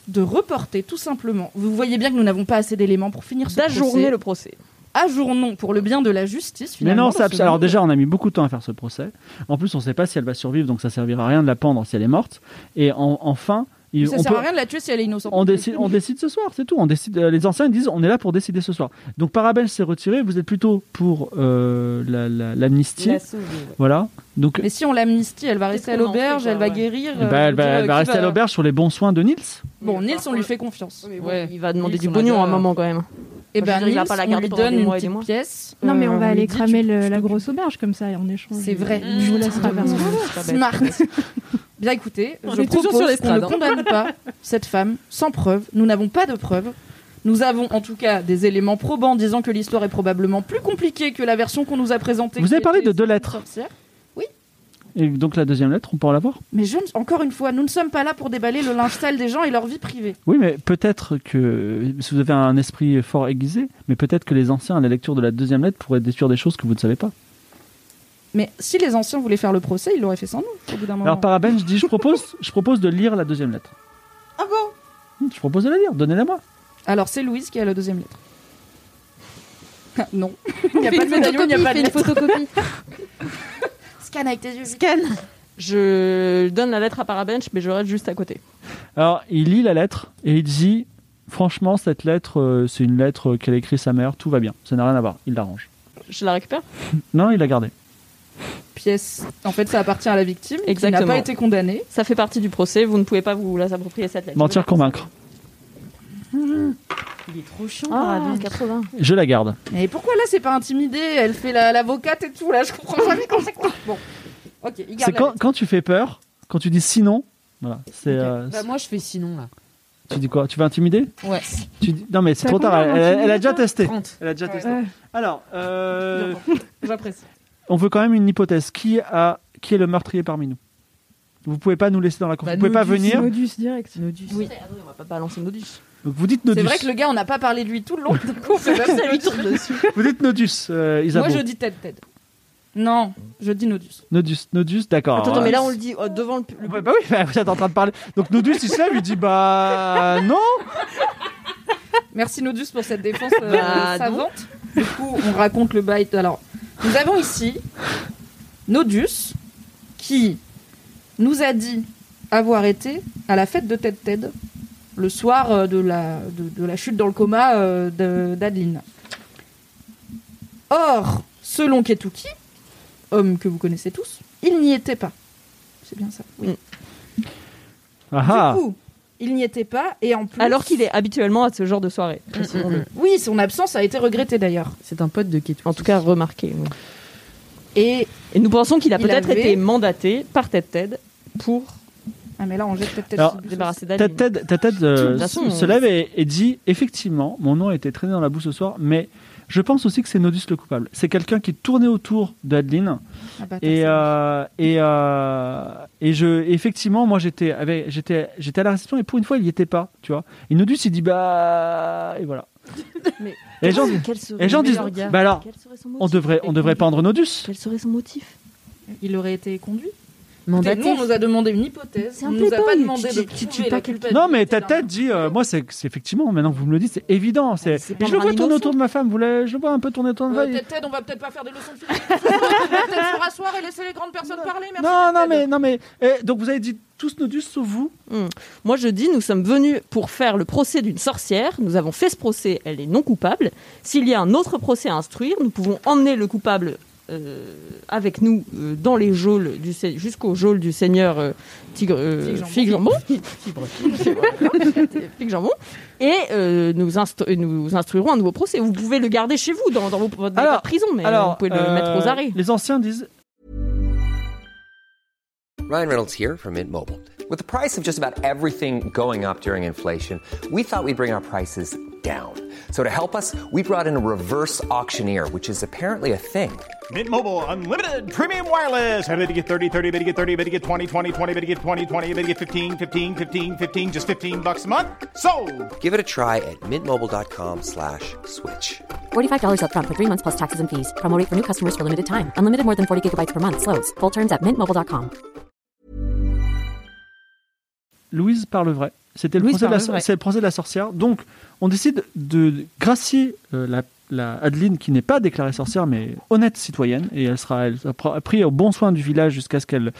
Speaker 5: de reporter tout simplement. Vous voyez bien que nous n'avons pas assez d'éléments pour finir ce
Speaker 9: D'ajourner
Speaker 5: procès.
Speaker 9: le procès.
Speaker 5: Ajournons pour le bien de la justice
Speaker 4: Mais
Speaker 5: finalement.
Speaker 4: non, c'est
Speaker 5: dans
Speaker 4: abs-
Speaker 5: ce
Speaker 4: alors
Speaker 5: monde.
Speaker 4: déjà, on a mis beaucoup de temps à faire ce procès. En plus, on ne sait pas si elle va survivre, donc ça servira à rien de la pendre si elle est morte. Et en- enfin, il-
Speaker 5: ça
Speaker 4: on
Speaker 5: sert
Speaker 4: peut-
Speaker 5: à rien de la tuer si elle est innocente.
Speaker 4: On décide, on décide ce soir, c'est tout. On décide. euh, Les anciens ils disent, on est là pour décider ce soir. Donc Parabelle s'est retiré. Vous êtes plutôt pour euh, la- la- l'amnistie.
Speaker 5: La sauver, ouais.
Speaker 4: Voilà. Donc,
Speaker 5: Mais si on l'amnistie, elle va rester à
Speaker 9: qu'on en fait,
Speaker 5: l'auberge,
Speaker 9: quoi,
Speaker 5: elle va
Speaker 9: ouais.
Speaker 5: guérir.
Speaker 4: eh ben,
Speaker 5: euh,
Speaker 4: elle va,
Speaker 5: je veux dire,
Speaker 4: elle va
Speaker 5: qui
Speaker 4: rester à l'auberge sur les bons soins de Nils.
Speaker 5: Bon, Nils, on lui fait confiance.
Speaker 9: Il va demander
Speaker 5: Nils,
Speaker 9: du
Speaker 5: on a
Speaker 9: pognon
Speaker 5: déjà-
Speaker 9: à un moment quand même.
Speaker 5: Eh
Speaker 9: Enfin, je
Speaker 5: ben,
Speaker 9: veux dire, Bah, il va
Speaker 5: Nils,
Speaker 9: pas la
Speaker 5: on
Speaker 9: garder
Speaker 5: lui
Speaker 9: pendant des
Speaker 5: donne une
Speaker 9: mois et des
Speaker 5: petite
Speaker 9: mois.
Speaker 5: pièce.
Speaker 3: Non, mais on
Speaker 5: Euh,
Speaker 3: va
Speaker 5: on
Speaker 3: aller
Speaker 5: lui dit,
Speaker 3: cramer le- la grosse auberge comme ça et en échange.
Speaker 5: C'est vrai.
Speaker 3: Je vous
Speaker 9: Mmh.
Speaker 5: Ah,
Speaker 3: laisse
Speaker 5: bah,
Speaker 3: traverser.
Speaker 5: Smart. Bien écoutez,
Speaker 3: On
Speaker 5: je
Speaker 3: est toujours
Speaker 5: propose
Speaker 3: sur
Speaker 5: qu'on
Speaker 3: l'estrade,
Speaker 5: ne
Speaker 3: hein.
Speaker 5: condamne pas cette femme sans preuve. Nous n'avons pas de preuves. Nous avons en tout cas des éléments probants disant que l'histoire est probablement plus compliquée que la version qu'on nous a présentée.
Speaker 4: Vous
Speaker 5: qui
Speaker 4: avez parlé
Speaker 5: était
Speaker 4: de deux lettres.
Speaker 5: sorcière.
Speaker 4: Et donc la deuxième lettre, on peut la voir.
Speaker 5: Mais je ne- encore une fois, nous ne sommes pas là pour déballer le linge sale des gens et leur vie privée.
Speaker 4: Oui, mais peut-être que si vous avez un esprit fort aiguisé, mais peut-être que les anciens à la lecture de la deuxième lettre pourraient détruire des choses que vous ne savez pas.
Speaker 5: Mais si les anciens voulaient faire le procès, ils l'auraient fait sans nous au bout d'un moment.
Speaker 4: Alors Parabelle, je dis, je propose, je propose de lire la deuxième lettre.
Speaker 5: Ah bon
Speaker 4: Hmm, Je propose de la lire. Donnez-la moi.
Speaker 5: Alors c'est Louise qui a la deuxième lettre. Ah, non. Il n'y a pas de médaillon, il n'y a pas de lettre. Scanne avec tes yeux.
Speaker 9: Scan. Je donne la lettre à Parabench, mais je reste juste à côté.
Speaker 4: Alors, il lit la lettre et il dit Franchement, cette lettre, euh, c'est une lettre qu'elle a écrit sa mère, tout va bien, ça n'a rien à voir, il l'arrange.
Speaker 9: Je la récupère.
Speaker 4: Non, il l'a gardée.
Speaker 5: pièce. En fait, ça appartient à la victime. qui
Speaker 9: Exactement.
Speaker 5: n'a pas été condamnée.
Speaker 9: Ça fait partie du procès. Vous ne pouvez pas vous la approprier cette lettre.
Speaker 4: Mentir, convaincre.
Speaker 9: Il est trop chiant.
Speaker 5: Ah.
Speaker 9: Parabench, 80.
Speaker 4: Je la garde.
Speaker 5: Et pourquoi là, c'est pas intimidé Elle fait la- l'avocate et tout. Là, je comprends jamais quand c'est quoi. Bon. Ok, il garde
Speaker 4: C'est
Speaker 5: la
Speaker 4: quand,
Speaker 5: lettre.
Speaker 4: quand tu fais peur, quand tu dis sinon, voilà. C'est, euh,
Speaker 8: Bah, moi, je fais sinon, là.
Speaker 4: tu dis quoi Tu veux intimider
Speaker 8: Ouais.
Speaker 4: tu dis... Non, mais c'est
Speaker 8: T'as
Speaker 4: trop tard,
Speaker 8: combien
Speaker 4: elle, elle- elle a déjà
Speaker 8: d'intimidateurs
Speaker 4: testé.
Speaker 8: 30.
Speaker 4: Elle a déjà testé. Alors, euh,
Speaker 5: j'apprécie.
Speaker 4: on veut quand même une hypothèse. Qui, a... Qui est le meurtrier parmi nous Vous pouvez pas nous laisser dans la cour.
Speaker 9: Bah,
Speaker 4: vous pouvez pas
Speaker 9: Nodus,
Speaker 4: venir.
Speaker 9: Nodus.
Speaker 3: direct.
Speaker 9: Oui. Attendez, on va pas balancer Nodus.
Speaker 4: Donc vous dites
Speaker 5: C'est
Speaker 4: Nodus.
Speaker 5: vrai que le gars, on n'a pas parlé de lui tout le long. Du coup, on fait même
Speaker 9: Ça lui
Speaker 5: pas-
Speaker 9: tourne dessus.
Speaker 4: Vous dites Nodus, euh, Isabeau.
Speaker 5: Moi, je dis Ted, Ted. Non, je dis Nodus.
Speaker 4: Nodus, Nodus, d'accord.
Speaker 9: Attends,
Speaker 4: Alors,
Speaker 9: mais là on le dit euh, devant le. pu- le-
Speaker 4: Bah, bah oui, bah, vous êtes en train de parler. Donc Nodus, il se lève, il dit Bah non
Speaker 5: Merci Nodus pour cette défense euh,
Speaker 9: Bah,
Speaker 5: savante. Du coup, on raconte le bail. Alors, nous avons ici Nodus qui nous a dit avoir été à la fête de Ted Ted le soir euh, de la, de, de la chute dans le coma euh, de- d'Adeline. Or, selon Ketuki, homme que vous connaissez tous, il n'y était pas. C'est bien ça, oui.
Speaker 4: Ah
Speaker 5: Du coup, il n'y était pas et en plus.
Speaker 9: Alors qu'il est habituellement à ce genre de soirée. précisons-le.
Speaker 5: Oui, son absence a été regrettée d'ailleurs.
Speaker 8: C'est un pote de Ketu.
Speaker 9: En tout cas, remarqué. oui.
Speaker 5: Et
Speaker 9: Et nous pensons qu'il a
Speaker 5: Il
Speaker 9: peut-être
Speaker 5: avait-
Speaker 9: été mandaté par Ted Ted pour
Speaker 5: Ah mais là on jette peut-être
Speaker 4: Alors,
Speaker 5: peut-être-
Speaker 9: débarrasser
Speaker 4: Ta
Speaker 9: d'Aline.
Speaker 4: tête, ta tête euh,
Speaker 9: De toute façon,
Speaker 4: se
Speaker 9: on-
Speaker 4: lève et, et dit Effectivement, mon nom a été traîné dans la boue ce soir, mais je pense aussi que c'est Nodus le coupable. C'est quelqu'un qui tournait autour d'Adeline.
Speaker 5: Ah, bâtard,
Speaker 4: Et,
Speaker 5: ça marche.
Speaker 4: euh, et, euh, et je, et effectivement, moi j'étais avec- j'étais j'étais à la réception et pour une fois, il n'y était pas. Tu vois et Nodus, il dit Bah. Et voilà.
Speaker 9: Mais-
Speaker 4: Et les gens,
Speaker 9: Quel serait
Speaker 4: les gens
Speaker 9: le
Speaker 4: disent
Speaker 9: meilleur gars
Speaker 4: Bah alors,
Speaker 9: Quel serait son motif
Speaker 4: on devrait, on devrait pendre Nodus.
Speaker 9: Quel serait son motif
Speaker 5: Il aurait été conduit. Écoutez, nous, on nous a demandé une hypothèse.
Speaker 4: un
Speaker 5: On nous a
Speaker 4: playboy.
Speaker 5: pas demandé
Speaker 4: Tu-
Speaker 5: de
Speaker 4: tu- tu
Speaker 5: prouver la culpabilité.
Speaker 4: Non, mais ta tête dit, euh, moi, c'est c'est effectivement, maintenant que vous me le dites, c'est évident. C'est,
Speaker 5: Ah, pas
Speaker 4: je le
Speaker 5: un
Speaker 4: vois tourner
Speaker 5: innocent.
Speaker 4: autour de ma femme, vous la- je le vois un peu tourner autour de ma
Speaker 5: Euh,
Speaker 4: femme.
Speaker 5: Ted, Ted, on va peut-être pas faire des leçons de physique. On va peut-être se rasseoir et laisser les grandes personnes parler. Merci.
Speaker 4: Non, non, mais, non, mais, eh, donc vous avez dit tous nos dus sauf vous.
Speaker 9: Moi, je dis, nous sommes venus pour faire le procès d'une sorcière. Nous avons fait ce procès, elle est non coupable. S'il y a un autre procès à instruire, nous pouvons emmener le coupable euh, avec nous euh, dans les geôles du Se- jusqu'au geôle du seigneur euh, Tigre euh, Figue Jambon. Figue Jambon. Et euh, nous, instru- nous instruirons un nouveau procès. Vous pouvez le garder chez vous dans, dans vos- votre votre prison, mais vous pouvez le
Speaker 4: euh,
Speaker 9: mettre aux arrêts.
Speaker 4: Les anciens disent,
Speaker 1: Ryan Reynolds here from Mint Mobile. With the price of just about everything going up during inflation, we thought we'd bring our prices down. So to help us, we brought in a reverse auctioneer, which is apparently a thing.
Speaker 12: Mint Mobile unlimited premium wireless. Ready to get 30, 30, bet you get 30, bet you get 20, 20, 20, bet you get 20, 20, bet you get 15, 15, 15, 15 just 15 bucks a month. So,
Speaker 1: Give it a try at mintmobile.com slash switch.
Speaker 2: $45 upfront for three months plus taxes and fees. Promo rate for new customers for limited time. Unlimited more than 40 gigabytes per month. Slows. Full terms at mintmobile.com.
Speaker 4: Louise parle vrai. C'était le,
Speaker 2: Louise
Speaker 4: procès de la
Speaker 2: parle
Speaker 4: sor-
Speaker 2: vrai.
Speaker 4: c'est le procès de la sorcière. Donc, on décide de gracier euh, la, la Adeline, qui n'est pas déclarée sorcière, mais honnête citoyenne. Et elle sera elle, sera pr- prise au bon soin du village jusqu'à ce qu'elle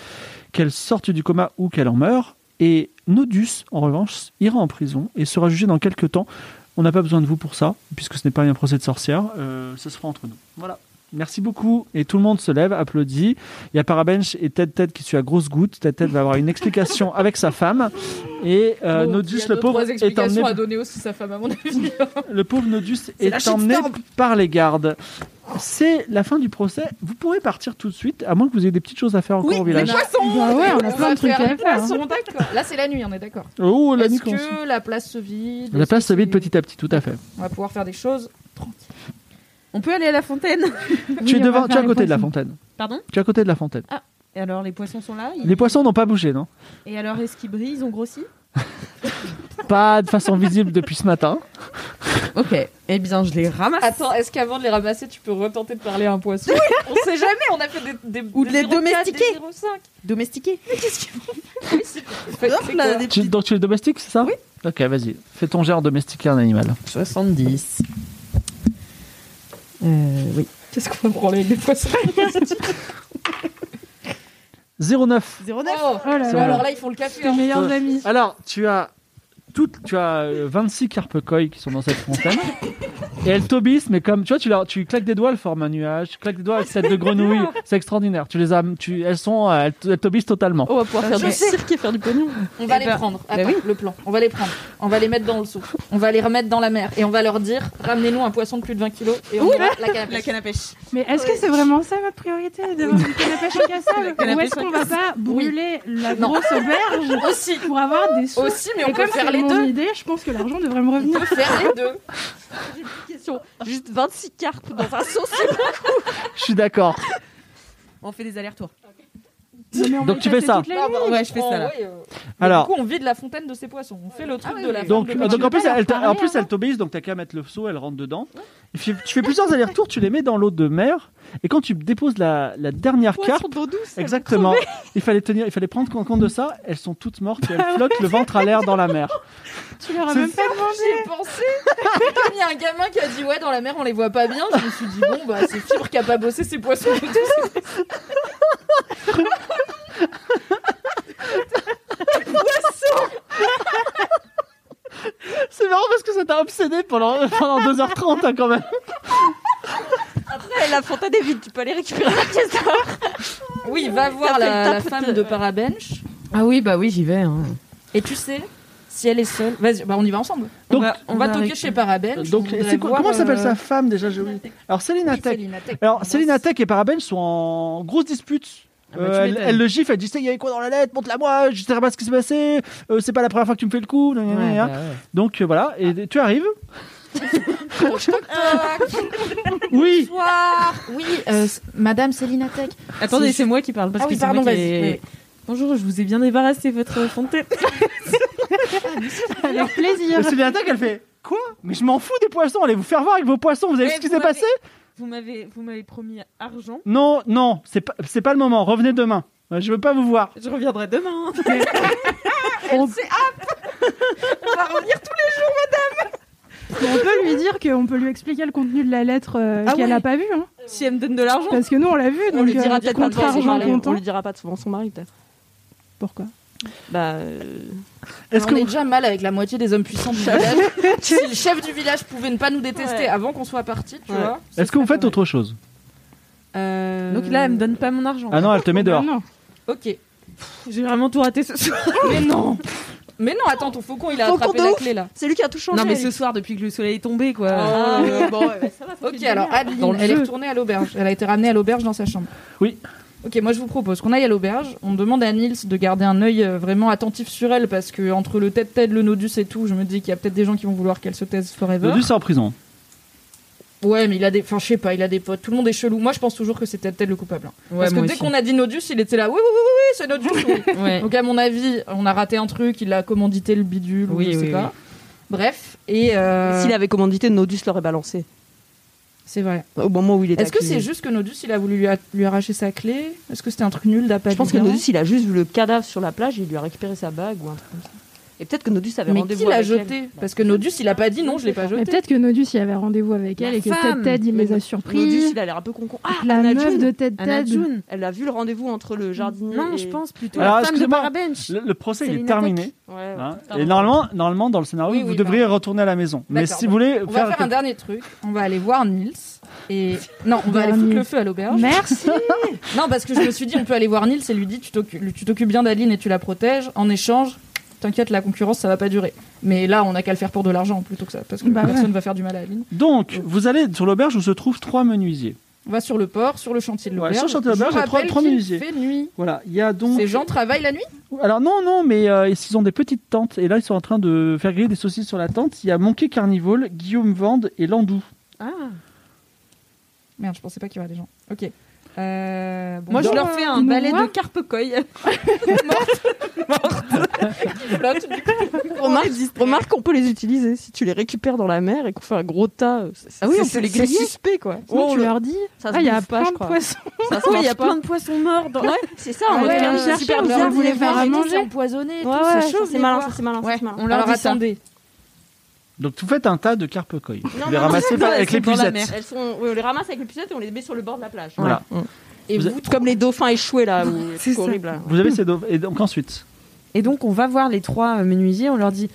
Speaker 4: qu'elle sorte du coma ou qu'elle en meure. Et Nodus, en revanche, ira en prison et sera jugé dans quelques temps. On n'a pas besoin de vous pour ça, puisque ce n'est pas un procès de sorcière. Euh, ce sera entre nous. Voilà. Merci beaucoup. Et tout le monde se lève, applaudit. Il y a Parabench et Ted Ted qui suit à grosses gouttes. Ted Ted va avoir une explication avec sa femme. Et euh,
Speaker 5: Bon, il
Speaker 4: Nodus,
Speaker 5: y a
Speaker 4: le
Speaker 5: deux,
Speaker 4: pauvre,
Speaker 5: trois
Speaker 4: est
Speaker 5: explications
Speaker 4: emmené,
Speaker 5: à donner aussi sa femme à mon avis.
Speaker 4: le pauvre Nodus
Speaker 5: C'est la
Speaker 4: est emmené
Speaker 5: shitstorm.
Speaker 4: par les gardes. C'est la fin du procès. Vous pourrez partir tout de suite, à moins que vous ayez des petites choses à faire encore au village.
Speaker 3: Bah ouais, on a plein
Speaker 5: va
Speaker 3: de trucs
Speaker 5: faire
Speaker 3: à
Speaker 5: les
Speaker 3: faire,
Speaker 5: poissons,
Speaker 3: hein.
Speaker 5: d'accord. Là, c'est la nuit, on est d'accord.
Speaker 4: Oh, la nuit
Speaker 5: Est-ce
Speaker 4: commence.
Speaker 5: que la place se vide
Speaker 4: La place se vide petit à petit, tout à fait.
Speaker 5: On va pouvoir faire des choses.
Speaker 8: On peut aller à la fontaine
Speaker 4: tu es devant, tu es à côté de la fontaine.
Speaker 8: Pardon
Speaker 4: Tu es à côté de la fontaine.
Speaker 8: Ah, et alors les poissons sont là ils-
Speaker 4: Les poissons n'ont pas bougé, non
Speaker 8: Et alors est-ce qu'ils brillent Ils ont grossi
Speaker 4: Pas de façon visible depuis ce matin.
Speaker 8: Ok, eh bien je les ramasse.
Speaker 5: Attends, est-ce qu'avant de les ramasser, tu peux retenter de parler à un poisson On sait jamais, on a fait des. des
Speaker 8: Ou de
Speaker 5: des 04,
Speaker 8: les
Speaker 5: des
Speaker 8: domestiquer.
Speaker 5: 05.
Speaker 8: Domestiqués
Speaker 5: Qu'est-ce qu'ils vont
Speaker 8: Hop là, des
Speaker 4: Tu- donc tu es domestique, c'est ça Oui. Ok, vas-y. Fais ton genre domestiquer un animal.
Speaker 8: 70. Euh, oui.
Speaker 5: Qu'est-ce qu'on va prendre avec des poissons
Speaker 4: 09.
Speaker 8: 09
Speaker 5: oh,
Speaker 4: là.
Speaker 5: Alors là, ils font le café. hein.
Speaker 4: Euh, Alors, tu as toutes, tu as euh, 26 carpecoilles qui sont dans cette fontaine. et elles t'obéissent, mais comme tu vois, tu, leur, tu claques des doigts, elles forment un nuage. Tu claques des doigts avec cette de grenouille. C'est extraordinaire. Tu les as, tu, elles sont, euh, elles t- elles t'obéissent totalement.
Speaker 9: On va pouvoir faire
Speaker 5: Je
Speaker 9: du
Speaker 5: sais.
Speaker 9: cirque et faire du pognon.
Speaker 5: On va
Speaker 9: Eh
Speaker 5: les
Speaker 9: ben,
Speaker 5: prendre.
Speaker 9: bah
Speaker 5: Attends,
Speaker 9: oui.
Speaker 5: le plan. On va les prendre. On va les mettre dans le seau. On va les remettre dans la mer. Et on va leur dire ramenez-nous un poisson de plus de 20 kilos. Et on
Speaker 3: Ouh
Speaker 5: va
Speaker 3: là
Speaker 5: la canne à pêche.
Speaker 3: Mais est-ce que c'est vraiment ça votre priorité d'avoir du canapé
Speaker 5: Le
Speaker 3: chacassable
Speaker 5: canapé
Speaker 3: Ou est-ce qu'on va
Speaker 5: chacassable.
Speaker 3: pas brûler la
Speaker 5: Non.
Speaker 3: grosse auberge
Speaker 5: Aussi.
Speaker 3: pour avoir des sous
Speaker 5: Aussi, mais on
Speaker 3: Et
Speaker 5: peut
Speaker 3: comme
Speaker 5: faire
Speaker 3: c'est
Speaker 5: les
Speaker 3: mon
Speaker 5: deux.
Speaker 3: idée, je pense que l'argent devrait me revenir.
Speaker 5: On peut faire les deux.
Speaker 9: Question. Juste 26 carpes dans un seau, c'est beaucoup.
Speaker 4: Je suis d'accord.
Speaker 8: On fait des allers-retours.
Speaker 4: Donc tu fais ça.
Speaker 5: Ah bah, on
Speaker 8: Ouais, je fais
Speaker 5: prend,
Speaker 8: ça, là.
Speaker 5: ouais, euh,
Speaker 4: Alors-
Speaker 5: Du coup, on vide la fontaine de ces poissons. On fait le truc de la
Speaker 4: Donc, euh,
Speaker 5: fontaine de
Speaker 4: donc en plus,
Speaker 5: poissons.
Speaker 4: elles t'a- en
Speaker 8: hein.
Speaker 4: plus, elles t'obéissent, donc t'as qu'à mettre le seau, elles rentrent dedans. Et puis, tu fais plusieurs allers-retours, tu les mets dans l'eau de mer, et quand tu déposes la, la dernière
Speaker 8: Poisson
Speaker 4: carpe,
Speaker 8: d'eau douce, elles vont
Speaker 4: exactement,
Speaker 8: crever.
Speaker 4: il fallait tenir, il fallait prendre en compte de ça. Elles sont toutes mortes, et
Speaker 8: Ah
Speaker 4: elles flottent le ventre à l'air dans la mer.
Speaker 3: Tu leur as
Speaker 4: C'est
Speaker 3: même pas
Speaker 5: J'y ai pensé. Comme il y a un gamin qui a dit ouais dans la mer on les voit pas bien, je me suis dit bon bah c'est Fibre qui a pas bossé ses poissons. et tout, c'est-
Speaker 4: C'est marrant parce que ça t'a obsédé pendant, pendant 2h30 hein, quand même.
Speaker 9: Après, la fontaine est vide, tu peux aller récupérer la pièce d'or.
Speaker 5: Oui va voir
Speaker 9: fait
Speaker 5: la,
Speaker 9: le
Speaker 5: la
Speaker 9: tapote,
Speaker 5: femme de Parabench
Speaker 8: Ah oui, bah oui, j'y vais. hein.
Speaker 5: et tu sais si elle est seule vas-y bah on y va ensemble.
Speaker 4: Donc,
Speaker 5: On va toquer chez Parabench.
Speaker 4: Euh, Donc,
Speaker 5: on
Speaker 4: c'est
Speaker 5: voudrait
Speaker 4: quoi-
Speaker 5: voir,
Speaker 4: comment s'appelle
Speaker 5: euh,
Speaker 4: sa femme déjà je- Alors, Céline Attaque.
Speaker 5: Céline Attaque.
Speaker 4: Alors, Céline Attaque et Parabench sont en grosse dispute.
Speaker 5: bah,
Speaker 4: Euh,
Speaker 5: tu
Speaker 4: elle,
Speaker 5: m'étonnes.
Speaker 4: elle le gifle, elle dit Tu sais, il y avait quoi dans la lettre Montre-la moi, je sais pas ce qui s'est passé, euh, c'est pas la première fois que tu me fais le coup. gna, gna,
Speaker 8: Ouais,
Speaker 4: gna.
Speaker 8: bah ouais.
Speaker 4: Donc euh, voilà, et tu arrives
Speaker 5: Oui. Ah, Bonsoir. Oui, euh, c- Madame Céline Attaque.
Speaker 8: Attendez,
Speaker 5: Si-
Speaker 8: c'est moi qui parle. Parce
Speaker 5: Ah oui,
Speaker 8: que c'est moi
Speaker 5: pardon,
Speaker 8: qui
Speaker 5: vas-y,
Speaker 8: ai-
Speaker 5: oui,
Speaker 8: Bonjour, je vous ai bien débarrassé votre fontaine.
Speaker 3: Avec plaisir.
Speaker 4: Céline Attaque, elle fait Quoi Mais je m'en fous des poissons, allez vous faire voir avec vos poissons, vous avez vu
Speaker 8: Mais
Speaker 4: ce qui
Speaker 8: vous
Speaker 4: s'est
Speaker 8: m'avez-
Speaker 4: passé
Speaker 8: Vous m'avez vous m'avez promis argent.
Speaker 4: Non, non, c'est pas, c'est pas le moment, revenez demain. Ouais, Je veux pas vous voir.
Speaker 9: Je reviendrai demain.
Speaker 3: On-
Speaker 5: On va revenir tous les jours, madame
Speaker 3: Mais on peut lui dire qu'on peut lui expliquer le contenu de la lettre euh,
Speaker 9: Ah
Speaker 3: qu'elle
Speaker 9: ouais.
Speaker 3: n'a pas vue. hein.
Speaker 9: Si elle me donne de l'argent.
Speaker 3: Parce que nous, on l'a vu,
Speaker 9: On
Speaker 3: donc,
Speaker 9: lui dira
Speaker 3: euh,
Speaker 9: peut-être pas
Speaker 3: contre
Speaker 9: devant son
Speaker 3: argent
Speaker 9: mari.
Speaker 3: comptant.
Speaker 9: On lui dira pas devant son mari peut-être.
Speaker 3: Pourquoi
Speaker 9: Bah. euh,
Speaker 5: on est déjà mal avec la moitié des hommes puissants du village. si le chef du village pouvait ne pas nous détester
Speaker 9: Ouais.
Speaker 5: avant qu'on soit parti, tu
Speaker 9: Ouais.
Speaker 5: vois.
Speaker 4: Est-ce que vous faites autre chose
Speaker 5: Euh,
Speaker 9: Donc là, elle me donne pas mon argent.
Speaker 4: Ah non, elle te met dehors.
Speaker 5: Ok.
Speaker 9: Pff, J'ai vraiment tout raté ce soir.
Speaker 5: Mais non Mais non, attends, ton faucon, il a
Speaker 9: Faucon
Speaker 5: attrapé
Speaker 9: de
Speaker 5: la
Speaker 9: ouf.
Speaker 5: clé là.
Speaker 9: C'est lui qui a tout changé.
Speaker 8: Non, mais
Speaker 9: lui.
Speaker 8: ce soir, depuis que le soleil est tombé, quoi.
Speaker 9: Ah,
Speaker 8: Euh,
Speaker 9: ouais, bon, ouais, bah, ça va, ça fait
Speaker 5: Ok,
Speaker 9: du bien.
Speaker 5: alors
Speaker 8: Dans
Speaker 5: Adeline,
Speaker 8: le
Speaker 5: elle est
Speaker 8: jeu.
Speaker 5: retournée à l'auberge. Elle a été ramenée à l'auberge dans sa chambre.
Speaker 4: Oui.
Speaker 5: Ok, moi je vous propose qu'on aille à l'auberge. On demande à Nils de garder un œil euh, vraiment attentif sur elle parce que entre le tête-tête, le nodus et tout, je me dis qu'il y a peut-être des gens qui vont vouloir qu'elle se taise forever.
Speaker 4: Nodus est en prison.
Speaker 5: Ouais, mais il a des. Enfin, je sais pas, il a des potes. Tout le monde est chelou. Moi je pense toujours que c'est tête-tête le coupable. hein.
Speaker 8: Ouais,
Speaker 5: parce que
Speaker 8: moi
Speaker 5: dès
Speaker 8: aussi.
Speaker 5: qu'on a dit nodus, il était là. Oui, oui, oui, oui, oui, c'est nodus. oui.
Speaker 8: Ouais.
Speaker 5: Donc à mon avis, on a raté un truc. Il a commandité le bidule ou
Speaker 8: Oui,
Speaker 5: je sais
Speaker 8: oui,
Speaker 5: pas. Bref, et. euh,
Speaker 9: S'il avait commandité, Nodus l'aurait balancé.
Speaker 5: C'est vrai.
Speaker 9: Au moment où il était.
Speaker 5: Est-ce que
Speaker 9: accusé.
Speaker 5: c'est juste que Nodus il a voulu lui, a- lui arracher sa clé Est-ce que c'était un truc nul d'appel
Speaker 9: Je pense que Nodus, il a juste vu le cadavre sur la plage et il lui a récupéré sa bague ou un truc comme ça. Et peut-être que Nodus avait
Speaker 5: Mais
Speaker 9: rendez-vous
Speaker 5: qui l'a
Speaker 9: avec
Speaker 5: jeté
Speaker 9: elle. Bah,
Speaker 5: Parce que Nodus il a pas dit non, je l'ai pas
Speaker 3: Mais
Speaker 5: jeté.
Speaker 3: peut-être que Nodus y avait rendez-vous avec elle
Speaker 9: La
Speaker 3: et que
Speaker 9: femme.
Speaker 3: Ted Ted il
Speaker 9: Mais
Speaker 3: les a
Speaker 9: no- Nodus,
Speaker 3: surpris.
Speaker 9: il a l'air un peu con con. Ah,
Speaker 3: La
Speaker 9: Anna
Speaker 3: meuf
Speaker 9: June.
Speaker 3: de Ted
Speaker 8: Anna
Speaker 3: Ted.
Speaker 8: June.
Speaker 9: Elle a vu le rendez-vous entre le jardinier.
Speaker 8: Non,
Speaker 9: et-
Speaker 8: je pense plutôt
Speaker 4: Alors,
Speaker 8: la femme de
Speaker 4: excusez-moi,
Speaker 8: Parabench.
Speaker 4: Le, le procès il est
Speaker 8: Céline
Speaker 4: terminé.
Speaker 8: Attaque.
Speaker 9: Ouais, ouais.
Speaker 4: hein,
Speaker 9: Pardon.
Speaker 4: et normalement, normalement, dans le scénario,
Speaker 5: Oui,
Speaker 4: vous
Speaker 5: oui,
Speaker 4: devriez retourner à la maison. Mais
Speaker 5: D'accord,
Speaker 4: si vous
Speaker 5: bon.
Speaker 4: voulez
Speaker 5: On va
Speaker 4: faire.
Speaker 5: faire un dernier truc. On va aller voir Nils. Et non, on va aller foutre
Speaker 3: Dernier.
Speaker 5: le feu à l'auberge.
Speaker 3: Merci.
Speaker 5: Non, parce que je me suis dit on peut aller voir Nils et lui dit tu t'occupes tu t'occupes bien d'Adeline et tu la protèges. En échange, t'inquiète, la concurrence ça va pas durer. Mais là, on a qu'à le faire pour de l'argent plutôt que ça, parce que
Speaker 3: Bah ouais.
Speaker 5: personne va faire du mal à Adeline.
Speaker 4: Donc, vous allez sur l'auberge où se trouvent trois menuisiers.
Speaker 5: On va sur le port, sur le chantier de
Speaker 4: Ouais,
Speaker 5: l'auberge.
Speaker 4: sur le chantier de l'auberge,
Speaker 5: Je
Speaker 4: il y a trois-
Speaker 5: rappelle
Speaker 4: trois
Speaker 5: qu'il
Speaker 4: menuisiers.
Speaker 5: fait nuit.
Speaker 4: Voilà, il y a donc.
Speaker 5: Ces gens travaillent la nuit
Speaker 4: Alors non, non, mais euh, ils ont des petites tentes. Et là, ils sont en train de faire griller des saucisses sur la tente. Il y a Monkey Carnivore, Guillaume Vande et Landou.
Speaker 8: Ah.
Speaker 5: Merde, je pensais pas qu'il y aurait des gens. Ok. Euh, bon,
Speaker 9: Moi, je
Speaker 5: dans-
Speaker 9: leur fais un
Speaker 3: Nous
Speaker 9: balai de
Speaker 3: voir.
Speaker 9: carpe coille.
Speaker 5: flotte, du coup.
Speaker 9: Remarque, remarque qu'on peut les utiliser si tu les récupères dans la mer et qu'on fait un gros tas. euh, c'est-
Speaker 8: Ah oui,
Speaker 9: c'est-
Speaker 8: on
Speaker 9: c'est
Speaker 8: peut les
Speaker 9: c'est
Speaker 8: griller.
Speaker 9: suspect quoi.
Speaker 3: Sinon,
Speaker 9: Oh,
Speaker 3: tu
Speaker 9: le-
Speaker 3: leur dis.
Speaker 9: Ça se
Speaker 3: Ah, il y a
Speaker 9: bouffe pas,
Speaker 3: plein
Speaker 9: je
Speaker 3: de
Speaker 9: crois.
Speaker 3: poissons.
Speaker 9: Ça se
Speaker 8: Oui, il y a
Speaker 9: mange pas.
Speaker 8: plein de poissons morts dans.
Speaker 9: Ouais, c'est ça.
Speaker 3: Ah
Speaker 9: on
Speaker 3: ouais,
Speaker 9: est
Speaker 3: viens
Speaker 9: super
Speaker 3: chercher, on
Speaker 9: bizarre.
Speaker 3: vient vous les
Speaker 9: Ouais,
Speaker 3: faire à
Speaker 9: ouais,
Speaker 3: manger.
Speaker 5: empoisonné
Speaker 9: ouais, ça, c'est malin, ça, c'est malin, ça,
Speaker 5: Ouais,
Speaker 9: c'est malin.
Speaker 5: on leur
Speaker 9: dit
Speaker 5: a
Speaker 9: ça.
Speaker 5: attendez.
Speaker 4: Donc vous faites un tas de carpe coy.
Speaker 9: Non,
Speaker 4: Vous les
Speaker 9: non,
Speaker 4: ramassez
Speaker 9: non,
Speaker 4: pas
Speaker 9: elles
Speaker 4: avec
Speaker 9: sont
Speaker 4: les
Speaker 9: dans la
Speaker 4: pucettes.
Speaker 9: mer. Elles sont, oui, on les ramasse avec les pucettes et on les met sur le bord de la plage.
Speaker 4: Voilà.
Speaker 9: Et
Speaker 4: Vous
Speaker 9: vous, comme les dauphins échoués là, où-
Speaker 8: C'est
Speaker 9: c'est
Speaker 8: ça.
Speaker 9: horrible. là.
Speaker 4: Vous avez ces dov- Et donc ensuite,
Speaker 8: Et donc, on va voir les trois euh, menuisiers, on leur dit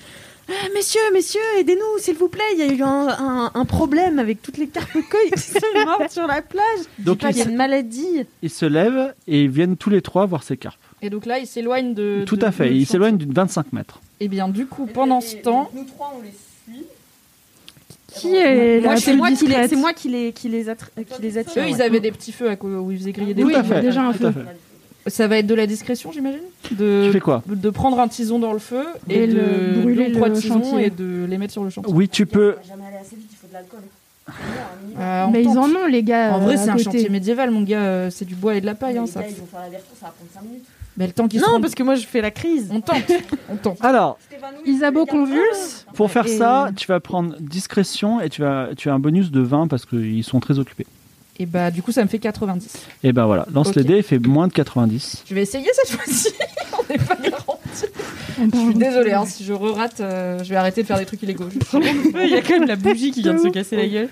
Speaker 8: Ah, Messieurs, messieurs, aidez-nous, s'il vous plaît, il y a eu un, un- un problème avec toutes les carpes cueilles qui sont mortes sur la plage.
Speaker 4: donc
Speaker 8: Dis pas,
Speaker 4: ils,
Speaker 8: Il y a une maladie.
Speaker 4: ils se lèvent et ils viennent tous les trois voir ces carpes.
Speaker 5: Et donc là, ils s'éloignent de.
Speaker 4: Tout
Speaker 5: Euh, de-
Speaker 4: à fait.
Speaker 5: de-
Speaker 4: Ils s'éloignent d'une 25 mètres.
Speaker 5: Et bien, du coup, pendant ce temps,
Speaker 9: nous trois, on les suit.
Speaker 3: Qui est
Speaker 8: Moi,
Speaker 3: la
Speaker 8: c'est
Speaker 3: plus
Speaker 8: moi, Ah, qui les,
Speaker 3: discrète
Speaker 8: c'est moi qui les, qui les, attra- qui les attire.
Speaker 5: eux, ils
Speaker 8: ouais.
Speaker 5: avaient des petits feux à co- où ils faisaient griller des
Speaker 4: Tout
Speaker 5: trucs.
Speaker 4: à fait.
Speaker 3: déjà un
Speaker 4: Tout à
Speaker 3: feu.
Speaker 4: fait.
Speaker 5: Ça va être de la discrétion, j'imagine
Speaker 4: Tu fais
Speaker 5: de,
Speaker 4: quoi
Speaker 5: de prendre un tison dans le feu et,
Speaker 3: Et
Speaker 5: de
Speaker 3: le- brûler
Speaker 5: deux ou trois
Speaker 3: le
Speaker 5: tisons
Speaker 3: chantier.
Speaker 5: et de les mettre sur le chantier.
Speaker 4: Oui, tu peux.
Speaker 5: Euh, on
Speaker 3: Mais ils
Speaker 5: tente.
Speaker 3: en ont, les gars.
Speaker 5: En vrai,
Speaker 3: euh,
Speaker 5: c'est
Speaker 3: à
Speaker 5: un
Speaker 3: côté.
Speaker 5: chantier médiéval, mon gars. euh, C'est du bois et de la paille. hein, ça. Mais le temps qu'ils se
Speaker 8: Non,
Speaker 5: rendent-
Speaker 8: parce que moi, je fais la crise.
Speaker 5: On tente, on tente.
Speaker 3: Ah.
Speaker 4: Alors,
Speaker 3: Isabeau convulse.
Speaker 4: pour faire
Speaker 3: Et-
Speaker 4: ça, tu vas prendre discrétion et tu as, tu as un bonus de 20 parce qu'ils sont très occupés.
Speaker 5: Et bah du coup ça me fait 90.
Speaker 4: Et ben voilà, lance
Speaker 5: Ok.
Speaker 4: les dés, il fait moins de 90.
Speaker 5: Je vais essayer cette fois-ci. on n'est pas garanti.
Speaker 3: On
Speaker 5: Je suis
Speaker 3: parle-
Speaker 5: désolée, hein, si je re-rate, euh, je vais arrêter de faire des trucs illégaux.
Speaker 8: Il y a quand même la bougie qui vient de se casser la gueule.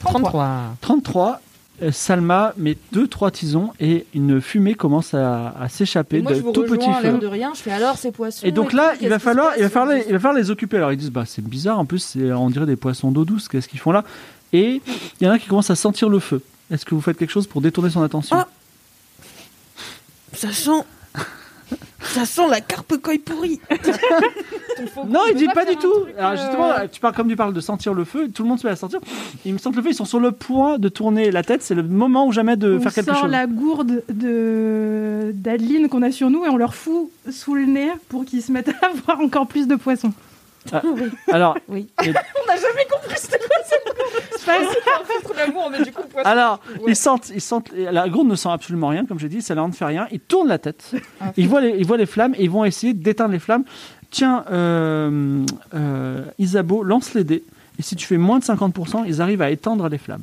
Speaker 5: 33.
Speaker 4: 33, euh, Salma met 2-3 tisons et une fumée commence à, à
Speaker 5: Et
Speaker 4: s'échapper
Speaker 5: moi
Speaker 4: de
Speaker 5: je vous
Speaker 4: tout petit
Speaker 5: rejoins à l'air
Speaker 4: feu.
Speaker 5: de rien, je fais alors ces poissons.
Speaker 4: Et donc là,
Speaker 5: tout,
Speaker 4: il va,
Speaker 5: qu'est-ce qui
Speaker 4: falloir,
Speaker 5: se
Speaker 4: il, va falloir
Speaker 5: passe
Speaker 4: les, il va falloir les occuper. Alors ils disent, bah, c'est bizarre, en plus c'est- on dirait des poissons d'eau douce, qu'est-ce qu'ils font là Et il y en a qui commencent à sentir le feu. Est-ce que vous faites quelque chose pour détourner son attention
Speaker 8: Ah Ça sent. Ça sent la carpe coille pourrie.
Speaker 5: Ton faucon,
Speaker 4: Non,
Speaker 5: tu
Speaker 4: il
Speaker 5: peux
Speaker 4: dit pas du
Speaker 5: faire un
Speaker 4: tout.
Speaker 5: truc,
Speaker 4: Alors
Speaker 5: euh,
Speaker 4: justement, tu parles comme tu parles de sentir le feu, tout le monde se met à sentir. Ils me sentent le feu, ils sont sur le point de tourner la tête, c'est le moment ou jamais de
Speaker 3: on
Speaker 4: faire quelque
Speaker 3: sort
Speaker 4: chose.
Speaker 3: la gourde de d'Adeline qu'on a sur nous et on leur fout sous le nez pour qu'ils se mettent à avoir encore plus de poissons.
Speaker 4: Alors,
Speaker 8: Oui.
Speaker 4: et-
Speaker 5: On n'a jamais compris c'était quoi cette pensais qu'en fait, pour l'amour, on met du coup poisson.
Speaker 4: alors
Speaker 5: Ouais.
Speaker 4: ils sentent, ils sentent. La gourde ne sent absolument rien, comme j'ai dit, ça leur ne fait rien. Ils tournent la tête,
Speaker 5: Ah,
Speaker 4: ils voient les, ils voient les flammes, et ils vont essayer d'éteindre les flammes. Tiens, euh, euh, Isabeau, lance les dés, et si tu fais moins de 50%, ils arrivent à éteindre les flammes.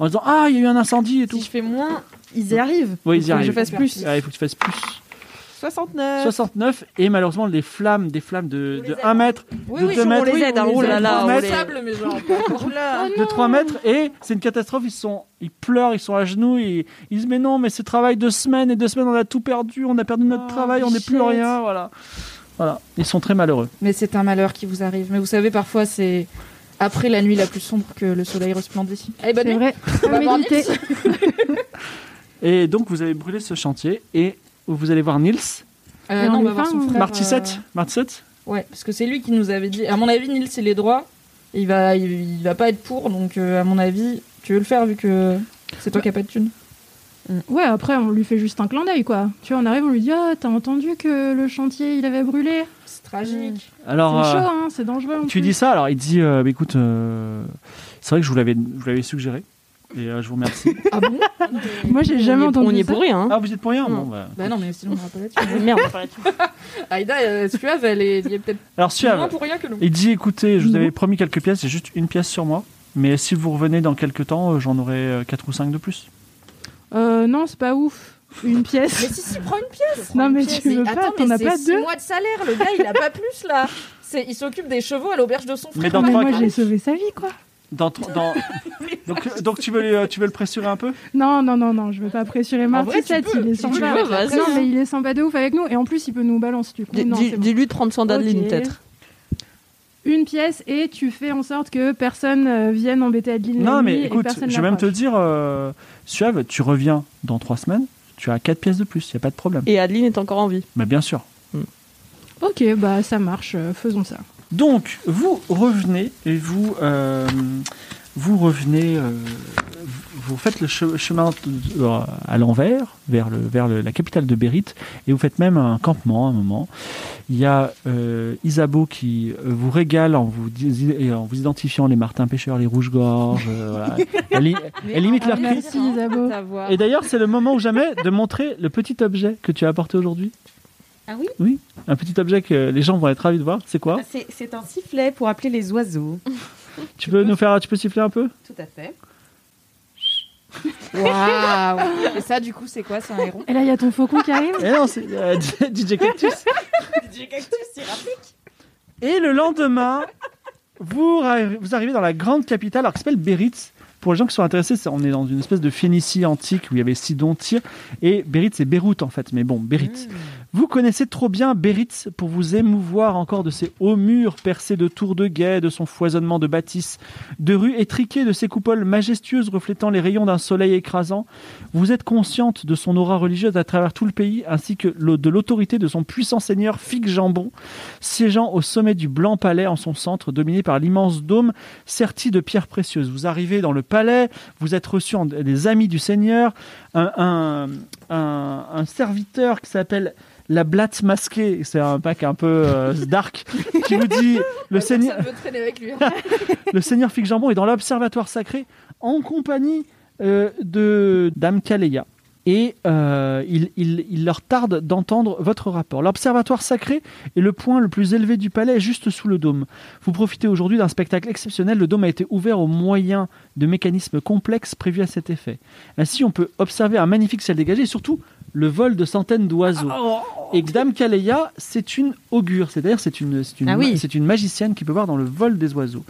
Speaker 4: En disant ah il y a eu un incendie et tout.
Speaker 8: Si je fais moins
Speaker 5: Ils y arrivent.
Speaker 4: Oui, ils
Speaker 5: Il
Speaker 4: y
Speaker 5: faut que
Speaker 4: arrivent.
Speaker 5: Je fasse plus.
Speaker 4: Ouais, il faut que tu fasses plus.
Speaker 5: 69.
Speaker 4: 69 et malheureusement les flammes des flammes de, de 1 mètre
Speaker 5: Oui,
Speaker 4: de
Speaker 5: oui,
Speaker 4: 2
Speaker 5: on
Speaker 4: mètres
Speaker 5: les aide, hein,
Speaker 4: de
Speaker 5: oh là là,
Speaker 4: 3
Speaker 5: on
Speaker 4: mètres,
Speaker 5: les aide. mais genre, pas encore là.
Speaker 4: de 3 mètres et c'est une catastrophe ils sont ils pleurent ils sont à genoux ils, ils disent mais non mais ce travail de semaine et deux semaines on a tout perdu on a perdu notre
Speaker 5: Ah,
Speaker 4: travail on n'est plus
Speaker 5: bichette.
Speaker 4: rien voilà voilà ils sont très malheureux
Speaker 5: Mais c'est un malheur qui vous arrive. Mais vous savez, parfois, c'est après la nuit la plus sombre que le soleil resplendit. Allez, bonne
Speaker 3: C'est
Speaker 5: nuit.
Speaker 3: vrai. À
Speaker 5: Bonne nuit.
Speaker 3: méditer.
Speaker 4: et donc vous avez brûlé ce chantier et vous allez voir Nils
Speaker 5: Euh, non, on va voir son frère.
Speaker 4: Marty
Speaker 5: euh,
Speaker 4: 7 Marty 7
Speaker 5: Ouais, parce que c'est lui qui nous avait dit. À mon avis, Nils, c'est les droits. Il va, il, il va pas être pour, donc euh, à mon avis, tu veux le faire vu que c'est toi qui as pas de thune.
Speaker 3: Ouais, après, on lui fait juste un clin d'œil, quoi. Tu vois, on arrive, on lui dit Ah, t'as entendu que le chantier, il avait brûlé
Speaker 5: C'est tragique.
Speaker 4: Alors,
Speaker 3: C'est
Speaker 4: euh,
Speaker 3: chaud, hein, c'est dangereux. en
Speaker 4: Tu
Speaker 3: plus.
Speaker 4: dis ça, alors il dit euh, Bah, écoute, euh, c'est vrai que je vous l'avais, je vous l'avais suggéré. Et euh, je vous remercie.
Speaker 5: Ah bon
Speaker 3: Moi, j'ai jamais entendu. ça.
Speaker 9: rien.
Speaker 4: Ah, vous y êtes pour rien
Speaker 9: Non.
Speaker 4: Bon, bah.
Speaker 5: Bah non, mais sinon on aura pas là-dessus.
Speaker 9: Merde, on parlait de-
Speaker 5: Aïda, euh, Suave, elle est, il y a peut-être
Speaker 4: Alors, Suave,
Speaker 5: moins pour rien que nous.
Speaker 4: il dit Écoutez, je vous avais promis quelques pièces, c'est juste une pièce sur moi. Mais si vous revenez dans quelques temps, euh, j'en aurai euh, quatre ou cinq de plus.
Speaker 3: Euh, non, c'est pas ouf. Une
Speaker 5: Mais
Speaker 3: pièce.
Speaker 5: si, si, prends une
Speaker 3: Non,
Speaker 5: pièce. Prends une
Speaker 3: mais
Speaker 5: pièce.
Speaker 3: tu veux pas,
Speaker 5: attends,
Speaker 3: t'en
Speaker 5: mais
Speaker 3: as
Speaker 5: c'est
Speaker 3: pas
Speaker 5: six
Speaker 3: deux
Speaker 5: mois de salaire, le gars, il a pas plus là. C'est, il s'occupe des chevaux à l'auberge de son frère.
Speaker 4: Mais dans
Speaker 3: Ouais,
Speaker 4: trois
Speaker 3: moi,
Speaker 4: cas-
Speaker 3: j'ai sauvé sa vie, quoi.
Speaker 4: Dans, tro- dans- donc, euh, donc tu, veux, le- tu veux le pressurer un peu
Speaker 3: Non, non, non, non, je veux pas pressurer
Speaker 5: vrai,
Speaker 3: Marty
Speaker 5: tu
Speaker 3: 7,
Speaker 5: peux,
Speaker 3: il est
Speaker 5: si tu
Speaker 3: sympa.
Speaker 5: veux, vas-y.
Speaker 3: non, mais il est sympa de ouf avec nous, et en plus, il peut nous balancer, du coup.
Speaker 9: Dis-
Speaker 3: non,
Speaker 9: dis-
Speaker 3: c'est bon.
Speaker 9: Dis-lui 30 cents d'Adeline,
Speaker 3: Ok.
Speaker 9: peut-être.
Speaker 3: Une pièce, et tu fais en sorte que personne euh, vienne embêter Adeline. la
Speaker 4: Non,
Speaker 3: nuit
Speaker 4: mais
Speaker 3: et
Speaker 4: écoute,
Speaker 3: personne
Speaker 4: je vais même te
Speaker 3: l'approche.
Speaker 4: dire euh, Suave, tu reviens dans trois semaines, tu as quatre pièces de plus, il n'y a pas de problème.
Speaker 9: Et Adeline est encore en vie.
Speaker 4: Mais bien sûr.
Speaker 3: Ok, bah ça marche, euh, faisons ça.
Speaker 4: Donc, vous revenez et vous, euh, vous revenez, euh, vous faites le che- chemin euh, à l'envers, vers, le, vers le- la capitale de Bérite, et vous faites même un campement à un moment. Il y a euh, Isabeau qui vous régale en vous, dis- et en vous identifiant les martins pêcheurs, les rouges-gorges. euh, voilà. elle, li- elle limite leur cri.
Speaker 3: Merci Isabeau.
Speaker 4: Et d'ailleurs, c'est le moment ou jamais de montrer le petit objet que tu as apporté aujourd'hui.
Speaker 8: Ah oui
Speaker 4: Oui, un petit objet que les gens vont être ravis de voir. C'est quoi
Speaker 8: C'est c'est un sifflet pour appeler les oiseaux.
Speaker 4: Tu peux nous faire, tu peux siffler un peu
Speaker 8: Tout à fait.
Speaker 5: Waouh Et ça, du coup, c'est quoi C'est un héron
Speaker 3: Et là, il y a ton faucon qui arrive.
Speaker 4: Eh non, c'est euh, DJ Cactus.
Speaker 8: DJ Cactus, il rapplique.
Speaker 4: Et le lendemain, vous, arri- vous arrivez dans la grande capitale, alors qui s'appelle Béritz. Pour les gens qui sont intéressés, c'est- on est dans une espèce de Phénicie antique où il y avait Sidon, Tyr. Et Béritz, c'est Beyrouth en fait, mais bon, Béritz. Vous connaissez trop bien Béritz pour vous émouvoir encore de ses hauts murs percés de tours de guet, de son foisonnement de bâtisses, de rues étriquées, de ses coupoles majestueuses reflétant les rayons d'un soleil écrasant. Vous êtes consciente de son aura religieuse à travers tout le pays, ainsi que le- de l'autorité de son puissant seigneur Fig Jambon, siégeant au sommet du Blanc Palais en son centre, dominé par l'immense dôme serti de pierres précieuses. Vous arrivez dans le palais, vous êtes reçu en des amis du Seigneur, un, un, un- un serviteur qui s'appelle la blatte masquée, c'est un pack un peu euh, dark, qui vous dit le Seigneur,
Speaker 5: Ça veut traîner avec lui.
Speaker 4: le Seigneur Fig Jambon est dans l'Observatoire Sacré en compagnie euh, de Dame Kaleya. Et euh, il, il- il leur tarde d'entendre votre rapport. L'Observatoire Sacré est le point le plus élevé du palais, juste sous le dôme. Vous profitez aujourd'hui d'un spectacle exceptionnel. Le dôme a été ouvert au moyen de mécanismes complexes prévus à cet effet. Ainsi, on peut observer un magnifique ciel dégagé et surtout le vol de centaines d'oiseaux. Et Dame Kaleya, c'est une augure, c'est-à-dire c'est une, c'est une,
Speaker 8: Ah oui.
Speaker 4: c'est une magicienne qui peut voir dans le vol des oiseaux.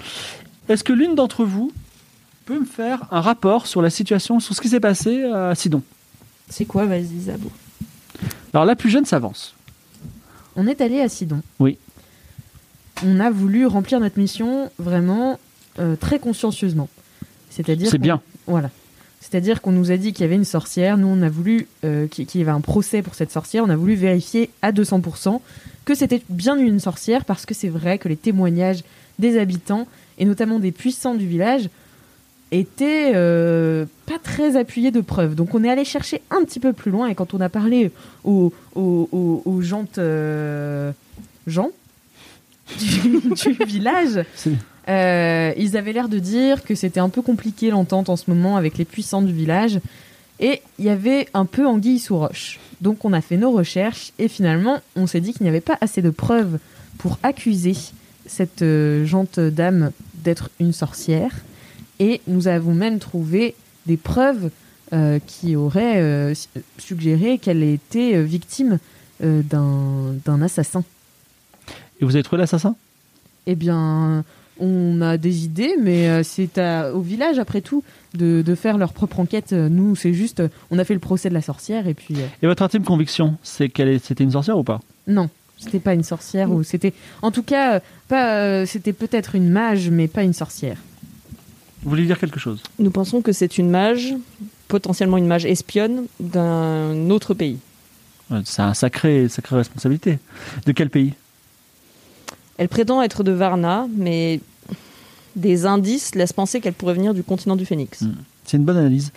Speaker 4: Est-ce que l'une d'entre vous peut me faire un rapport sur la situation, sur ce qui s'est passé à Sidon
Speaker 5: C'est quoi, vas-y, Isabou
Speaker 4: Alors la plus jeune s'avance.
Speaker 8: On est allé à Sidon.
Speaker 4: Oui.
Speaker 8: On a voulu remplir notre mission vraiment euh, très consciencieusement. C'est-à-dire
Speaker 4: C'est
Speaker 8: qu'on-
Speaker 4: bien.
Speaker 8: Voilà. C'est-à-dire qu'on nous a dit qu'il y avait une sorcière. Nous, on a voulu euh, qu'il qu'il y avait un procès pour cette sorcière. On a voulu vérifier à 200% que c'était bien une sorcière parce que c'est vrai que les témoignages des habitants et notamment des puissants du village étaient euh, pas très appuyés de preuves. Donc, on est allé chercher un petit peu plus loin. Et quand on a parlé aux, aux, aux, aux gens, euh, gens du, du village,
Speaker 4: C'est bien.
Speaker 8: euh, ils avaient l'air de dire que c'était un peu compliqué l'entente en ce moment avec les puissants du village. Et il y avait un peu anguille sous roche. Donc on a fait nos recherches et finalement on s'est dit qu'il n'y avait pas assez de preuves pour accuser cette euh, jante dame d'être une sorcière. Et nous avons même trouvé des preuves euh, qui aurait euh, su- suggéré qu'elle était euh, victime euh, d'un d'un assassin.
Speaker 4: Et vous avez trouvé l'assassin
Speaker 8: Eh bien, on a des idées, mais euh, c'est à- au village, après tout, de, de faire leur propre enquête. Euh, Nous, c'est juste, euh, on a fait le procès de la sorcière, et puis euh,
Speaker 4: Et votre intime conviction, c'est qu'elle est- c'était une sorcière ou pas
Speaker 8: non, c'était pas une sorcière, ou c'était, en tout cas, euh, pas, euh, c'était peut-être une mage, mais pas une sorcière.
Speaker 4: Vous voulez dire quelque chose
Speaker 9: Nous pensons que c'est une mage, potentiellement une mage espionne d'un autre pays.
Speaker 4: Ouais, Euh, C'est un sacré, sacré responsabilité. De quel pays
Speaker 9: Elle prétend être de Varna, mais des indices laissent penser qu'elle pourrait venir du continent du Phénix.
Speaker 4: Hmm. C'est une bonne analyse.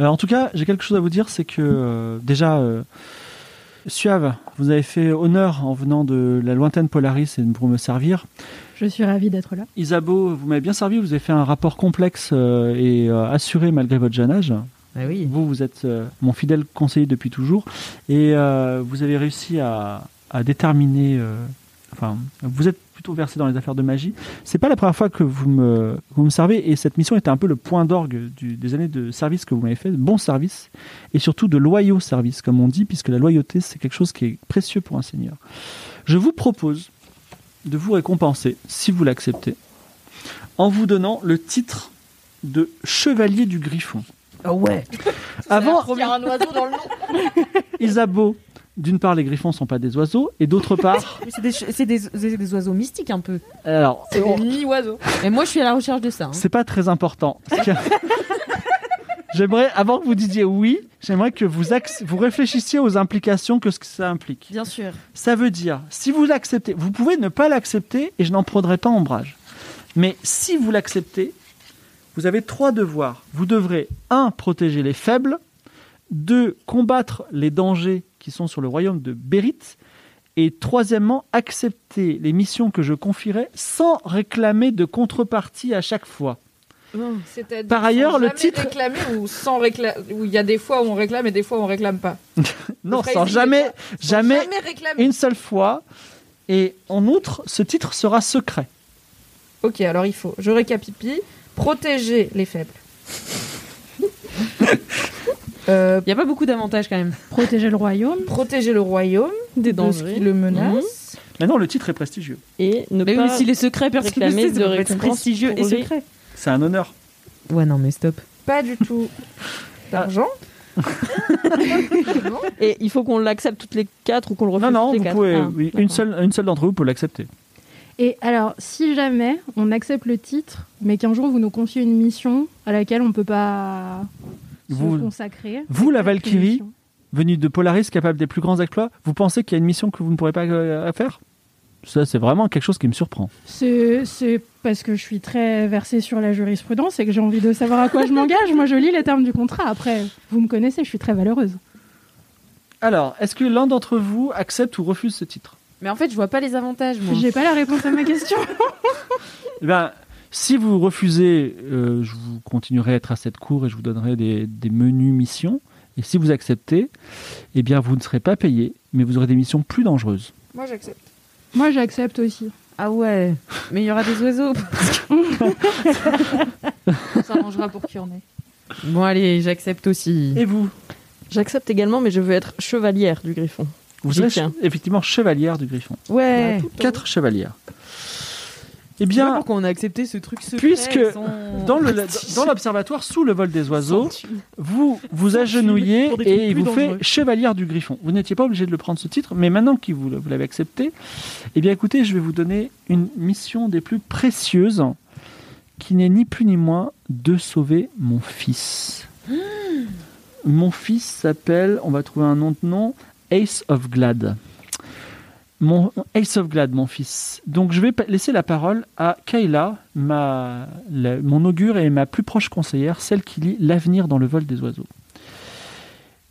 Speaker 4: Euh, en tout cas, j'ai quelque chose à vous dire, c'est que euh, déjà, euh, Suave, vous avez fait honneur en venant de la lointaine Polaris et pour me servir.
Speaker 3: Je suis ravie d'être là.
Speaker 4: Isabeau, vous m'avez bien servi, vous avez fait un rapport complexe euh, et euh, assuré malgré votre jeune âge. Vous, vous êtes euh, mon fidèle conseiller depuis toujours et euh, vous avez réussi à, à déterminer. euh, enfin, vous êtes plutôt versé dans les affaires de magie. C'est pas la première fois que vous me, vous me servez et cette mission était un peu le point d'orgue du- des années de service que vous m'avez fait, de bons services et surtout de loyaux services, comme on dit, puisque la loyauté c'est quelque chose qui est précieux pour un seigneur. Je vous propose de vous récompenser, si vous l'acceptez, en vous donnant le titre de chevalier du griffon. Ah ouais Avant,
Speaker 11: Il y a un oiseau dans le nom.
Speaker 4: Isabeau, d'une part, les griffons sont pas des oiseaux, et d'autre part,
Speaker 8: Mais C'est des, ch- c'est des- c'est des oiseaux mystiques un peu.
Speaker 4: alors,
Speaker 8: C'est des mini-oiseaux. Et moi, je suis à la recherche de ça. hein.
Speaker 4: c'est pas très important. Ce qui- J'aimerais, avant que vous disiez oui, j'aimerais que vous, acc- vous réfléchissiez aux implications que ce que ça implique.
Speaker 8: Bien sûr.
Speaker 4: Ça veut dire, si vous l'acceptez, vous pouvez ne pas l'accepter et je n'en prendrai pas ombrage. Mais si vous l'acceptez, vous avez trois devoirs. Vous devrez, un, protéger les faibles, deux, combattre les dangers qui sont sur le royaume de Bérite, et troisièmement, accepter les missions que je confierai sans réclamer de contrepartie à chaque fois.
Speaker 5: C'est-à-dire
Speaker 4: Par
Speaker 5: sans
Speaker 4: ailleurs, le
Speaker 5: jamais
Speaker 4: titre-
Speaker 5: réclamer ou sans réclamer où il y a des fois où on réclame et des fois où on réclame pas.
Speaker 4: Non,
Speaker 5: Après,
Speaker 4: sans
Speaker 5: il dit,
Speaker 4: jamais, jamais,
Speaker 5: jamais réclamer.
Speaker 4: une seule fois. Et en outre, ce titre sera secret.
Speaker 5: Ok, alors il faut. Je récapitule. Protéger les faibles.
Speaker 8: Il n'y a pas beaucoup d'avantages quand même.
Speaker 3: Protéger le royaume.
Speaker 5: Euh, Protéger le royaume
Speaker 8: Des
Speaker 5: de ce qui le menace.
Speaker 4: Maintenant, le titre est prestigieux.
Speaker 9: Et ne
Speaker 8: Mais
Speaker 9: pas
Speaker 8: oui, si les secrets, personne ne
Speaker 9: réclamer
Speaker 8: sait, ça
Speaker 9: de
Speaker 8: peut être
Speaker 9: récompense
Speaker 8: prestigieux Mmh. et
Speaker 9: pour les-
Speaker 8: secret.
Speaker 4: C'est un honneur.
Speaker 8: Ouais, non, mais stop.
Speaker 5: Pas du tout
Speaker 8: Ah.
Speaker 5: d'argent.
Speaker 9: Et il faut qu'on l'accepte toutes les quatre ou qu'on le refuse
Speaker 4: Non, non,
Speaker 9: toutes les
Speaker 4: vous
Speaker 9: quatre.
Speaker 4: pouvez,
Speaker 9: Ah,
Speaker 4: oui, une seule, une seule d'entre vous peut l'accepter.
Speaker 3: Et alors, si jamais on accepte le titre, mais qu'un jour vous nous confiez une mission à laquelle on peut pas
Speaker 4: Vous-
Speaker 3: se consacrer.
Speaker 4: Vous, la Valkyrie, venue de Polaris, capable des plus grands exploits, vous pensez qu'il y a une mission que vous ne pourrez pas euh, faire Ça, c'est vraiment quelque chose qui me surprend.
Speaker 3: C'est c'est parce que je suis très versée sur la jurisprudence et que j'ai envie de savoir à quoi je m'engage. Moi, je lis les termes du contrat. Après, vous me connaissez, je suis très valeureuse.
Speaker 4: Alors, est-ce que l'un d'entre vous accepte ou refuse ce titre
Speaker 8: Mais en fait, je vois pas les avantages, moi.
Speaker 3: J'ai pas la réponse à ma question.
Speaker 4: Eh ben, si vous refusez, euh, je vous continuerai à être à cette cour et je vous donnerai des, des menus missions. Et si vous acceptez, eh bien, vous ne serez pas payé, mais vous aurez des missions plus dangereuses.
Speaker 5: Moi j'accepte.
Speaker 3: Moi, j'accepte aussi.
Speaker 8: Ah ouais, mais il y aura des oiseaux.
Speaker 5: Ça mangera pour qui on est.
Speaker 8: bon, allez, j'accepte aussi.
Speaker 4: Et vous
Speaker 9: J'accepte également, mais je veux être chevalière du griffon.
Speaker 4: Vous
Speaker 9: J'y
Speaker 4: serez
Speaker 9: tiens.
Speaker 4: che- effectivement chevalière du griffon.
Speaker 8: Ouais.
Speaker 4: Quatre chevalières. Eh bien,
Speaker 8: pourquoi on a accepté ce truc secret
Speaker 4: puisque
Speaker 8: sans-
Speaker 4: dans, le- dans l'observatoire, sous le vol des oiseaux, vous vous agenouillez
Speaker 8: pour des trucs
Speaker 4: et il
Speaker 8: plus
Speaker 4: vous fait
Speaker 8: dangereux.
Speaker 4: chevalière du griffon. Vous n'étiez pas obligé de le prendre ce titre, mais maintenant que vous, vous l'avez accepté, eh bien écoutez, je vais vous donner une mission des plus précieuses, qui n'est ni plus ni moins de sauver mon fils.
Speaker 8: Hmm.
Speaker 4: Mon fils s'appelle, on va trouver un nom de nom, Ace of Glad. Mon Ace of Glad, mon fils. Donc je vais pa- laisser la parole à Kayla, ma, la- mon augure et ma plus proche conseillère, celle qui lit l'avenir dans le vol des oiseaux.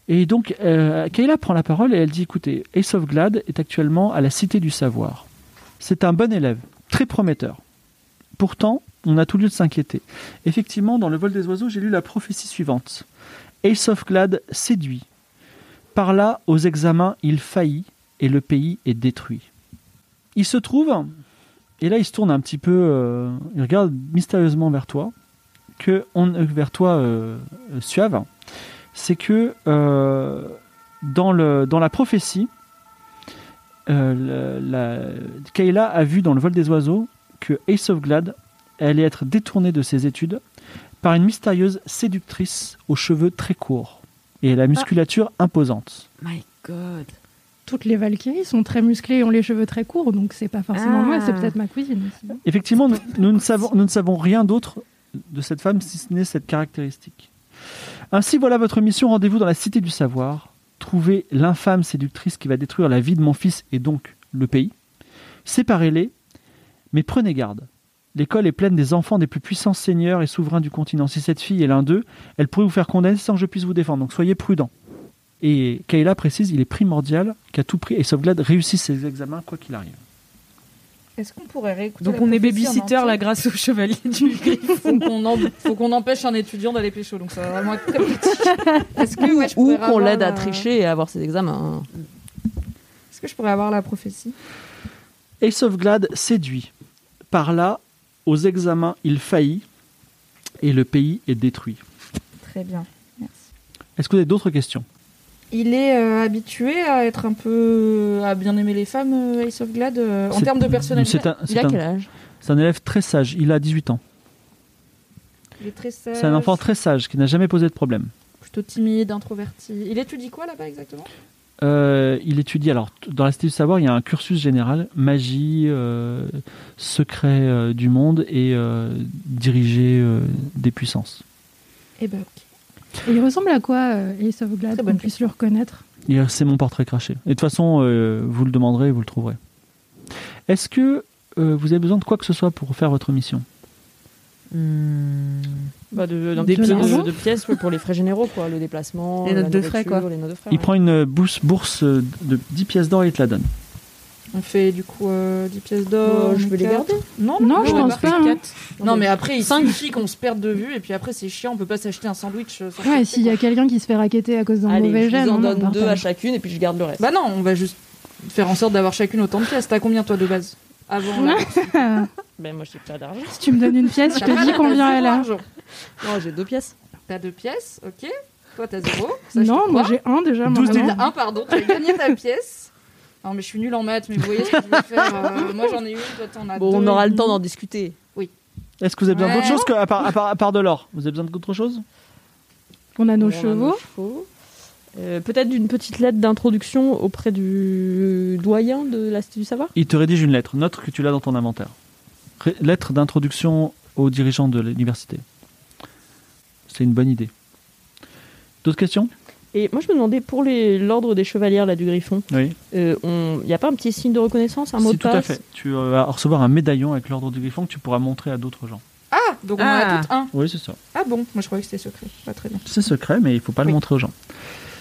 Speaker 4: Et donc euh, Kayla prend la parole et elle dit, écoutez, Ace of Glad est actuellement à la Cité du Savoir. C'est un bon élève, très prometteur. Pourtant, on a tout lieu de s'inquiéter. Effectivement, dans Le vol des oiseaux, j'ai lu la prophétie suivante. Ace of Glad séduit. Par là, aux examens, il faillit et le pays est détruit. Il se trouve, et là il se tourne un petit peu, euh, il regarde mystérieusement vers toi, que on, euh, vers toi, euh, euh, Suave, c'est que euh, dans, le, dans la prophétie, euh, la, la- Kayla a vu dans le vol des oiseaux que Ace of Glad allait être détournée de ses études par une mystérieuse séductrice aux cheveux très courts et à la musculature imposante.
Speaker 3: My God. Toutes les Valkyries sont très musclées et ont les cheveux très courts, donc c'est pas forcément
Speaker 8: Ah.
Speaker 3: moi, c'est peut-être ma cousine. aussi.
Speaker 4: Effectivement, nous, nous ne savons, nous ne savons rien d'autre de cette femme si ce n'est cette caractéristique. Ainsi, voilà votre mission. Rendez-vous dans la Cité du Savoir. Trouvez l'infâme séductrice qui va détruire la vie de mon fils et donc le pays. Séparez-les, mais prenez garde. L'école est pleine des enfants des plus puissants seigneurs et souverains du continent. Si cette fille est l'un d'eux, elle pourrait vous faire condamner sans que je puisse vous défendre. Donc soyez prudents. Et Kayla précise, il est primordial qu'à tout prix, et Glad réussisse ses examens quoi qu'il arrive.
Speaker 5: Est-ce qu'on pourrait réécouter
Speaker 8: Donc
Speaker 5: la
Speaker 8: on est
Speaker 5: prophétie en
Speaker 8: babysitter
Speaker 5: entier
Speaker 8: là grâce au chevalier du griffon.
Speaker 5: faut qu'on en- faut qu'on empêche un étudiant d'aller pécho, donc ça va vraiment être très pratique. Est-ce que, ouais, je
Speaker 9: Ou
Speaker 5: pourrais
Speaker 9: qu'on
Speaker 5: avoir
Speaker 9: l'aide à
Speaker 5: la-
Speaker 9: tricher et à avoir ses examens.
Speaker 5: Est-ce que je pourrais avoir la prophétie
Speaker 4: Ace of Glad séduit. Par là, aux examens, il faillit et le pays est détruit.
Speaker 5: Très bien.
Speaker 4: Est-ce que vous avez d'autres questions
Speaker 5: Il est euh, habitué à être un peu. à bien aimer les femmes, euh, Ace of Glad, euh, en
Speaker 4: C'est-
Speaker 5: termes de personnalité.
Speaker 4: c'est un- c'est un- C'est un élève très sage, il a 18 ans.
Speaker 5: Il est très sage,
Speaker 4: C'est un enfant très sage qui n'a jamais posé de problème.
Speaker 5: plutôt timide, introverti. Il étudie quoi là-bas exactement
Speaker 4: Euh, il étudie, alors t- dans la Cité du Savoir, il y a un cursus général, magie, euh, secret euh, du monde et euh, diriger euh, des puissances.
Speaker 5: Eh ben, ok.
Speaker 3: Et il ressemble à quoi, euh, Ace of Glad, qu'on puisse le reconnaître
Speaker 4: Et, euh, C'est mon portrait craché. Et de toute façon, euh, vous le demanderez et vous le trouverez. Est-ce que euh, vous avez besoin de quoi que ce soit pour faire votre mission
Speaker 8: Hmm.
Speaker 9: Bah de, d'un
Speaker 8: Des
Speaker 9: petit peu de-
Speaker 8: pièces.
Speaker 9: de pièces ouais, pour les frais généraux, quoi. Le déplacement,
Speaker 8: Les
Speaker 9: la
Speaker 8: notes de frais,
Speaker 9: nourriture,
Speaker 8: quoi.
Speaker 9: Les notes de frais,
Speaker 4: Il
Speaker 9: ouais.
Speaker 4: prend une euh, bourse, bourse euh, de 10 pièces d'or et il te la donne.
Speaker 5: On fait du coup euh, 10 pièces d'or.
Speaker 9: Euh, je vais les
Speaker 5: quatre.
Speaker 9: garder.
Speaker 5: Non,
Speaker 3: Non, je
Speaker 5: on va
Speaker 3: pense
Speaker 5: marquer
Speaker 3: pas, hein.
Speaker 5: quatre. Non,
Speaker 3: Non,
Speaker 5: mais
Speaker 3: mais
Speaker 5: après, il
Speaker 3: cinq.
Speaker 5: suffit qu'on se perde de vue et puis après, c'est chiant, on peut pas s'acheter un sandwich. euh, sans
Speaker 3: Ouais,
Speaker 5: faire-
Speaker 3: s'il y a quelqu'un qui se fait raqueter à cause d'un
Speaker 9: Allez,
Speaker 3: mauvais
Speaker 9: je
Speaker 3: gène. hein, bah,
Speaker 9: vous
Speaker 3: on
Speaker 9: en
Speaker 3: en
Speaker 9: donne deux à
Speaker 3: partage.
Speaker 9: chacune et puis je garde le reste.
Speaker 5: Bah non, on va juste faire en sorte d'avoir chacune autant de pièces. T'as combien toi de base Avant. la-
Speaker 9: Ben moi j'ai pas d'argent.
Speaker 3: Si tu me donnes une pièce, je
Speaker 5: T'as
Speaker 3: te dis
Speaker 5: pas-
Speaker 3: combien
Speaker 5: t'as
Speaker 3: elle
Speaker 5: zéro
Speaker 3: a.
Speaker 5: argent.
Speaker 9: Non, j'ai deux pièces.
Speaker 5: T'as deux pièces, ok. Toi, t'as zéro.
Speaker 3: Non, moi j'ai un déjà. moi,
Speaker 5: Douze
Speaker 3: vraiment.
Speaker 5: T'as un, pardon, tu as gagné ta pièce. Non, mais je suis nulle en maths, mais vous voyez ce que je veux faire. euh, moi, j'en ai une, toi, t'en as
Speaker 9: Bon,
Speaker 5: deux.
Speaker 9: on aura le temps d'en discuter.
Speaker 5: Oui.
Speaker 4: Est-ce que vous avez besoin
Speaker 5: Ouais.
Speaker 4: d'autre chose que, à, part, à part- à part de l'or Vous avez besoin d'autre chose
Speaker 3: On a nos
Speaker 9: On a nos
Speaker 3: chevaux.
Speaker 9: chevaux. Euh, Peut-être d'une petite lettre d'introduction auprès du doyen de la Cité du Savoir
Speaker 4: Il te rédige une lettre, note que tu l'as dans ton inventaire. Ré- lettre d'introduction aux dirigeants de l'université. C'est une bonne idée. D'autres questions
Speaker 9: Et moi je me demandais pour les- l'ordre des chevalières là du Griffon,
Speaker 4: Oui.
Speaker 9: il n'y a pas un petit signe de reconnaissance, un mot
Speaker 4: Si,
Speaker 9: de
Speaker 4: tout
Speaker 9: passe
Speaker 4: à fait. Tu euh, vas recevoir un médaillon avec l'ordre du griffon que tu pourras montrer à d'autres gens.
Speaker 5: Ah, donc on en
Speaker 9: Ah.
Speaker 5: a toutes un.
Speaker 4: Oui, c'est ça.
Speaker 5: Ah bon, moi je croyais que c'était secret. Pas très bien.
Speaker 4: C'est secret, mais il faut pas le montrer aux gens.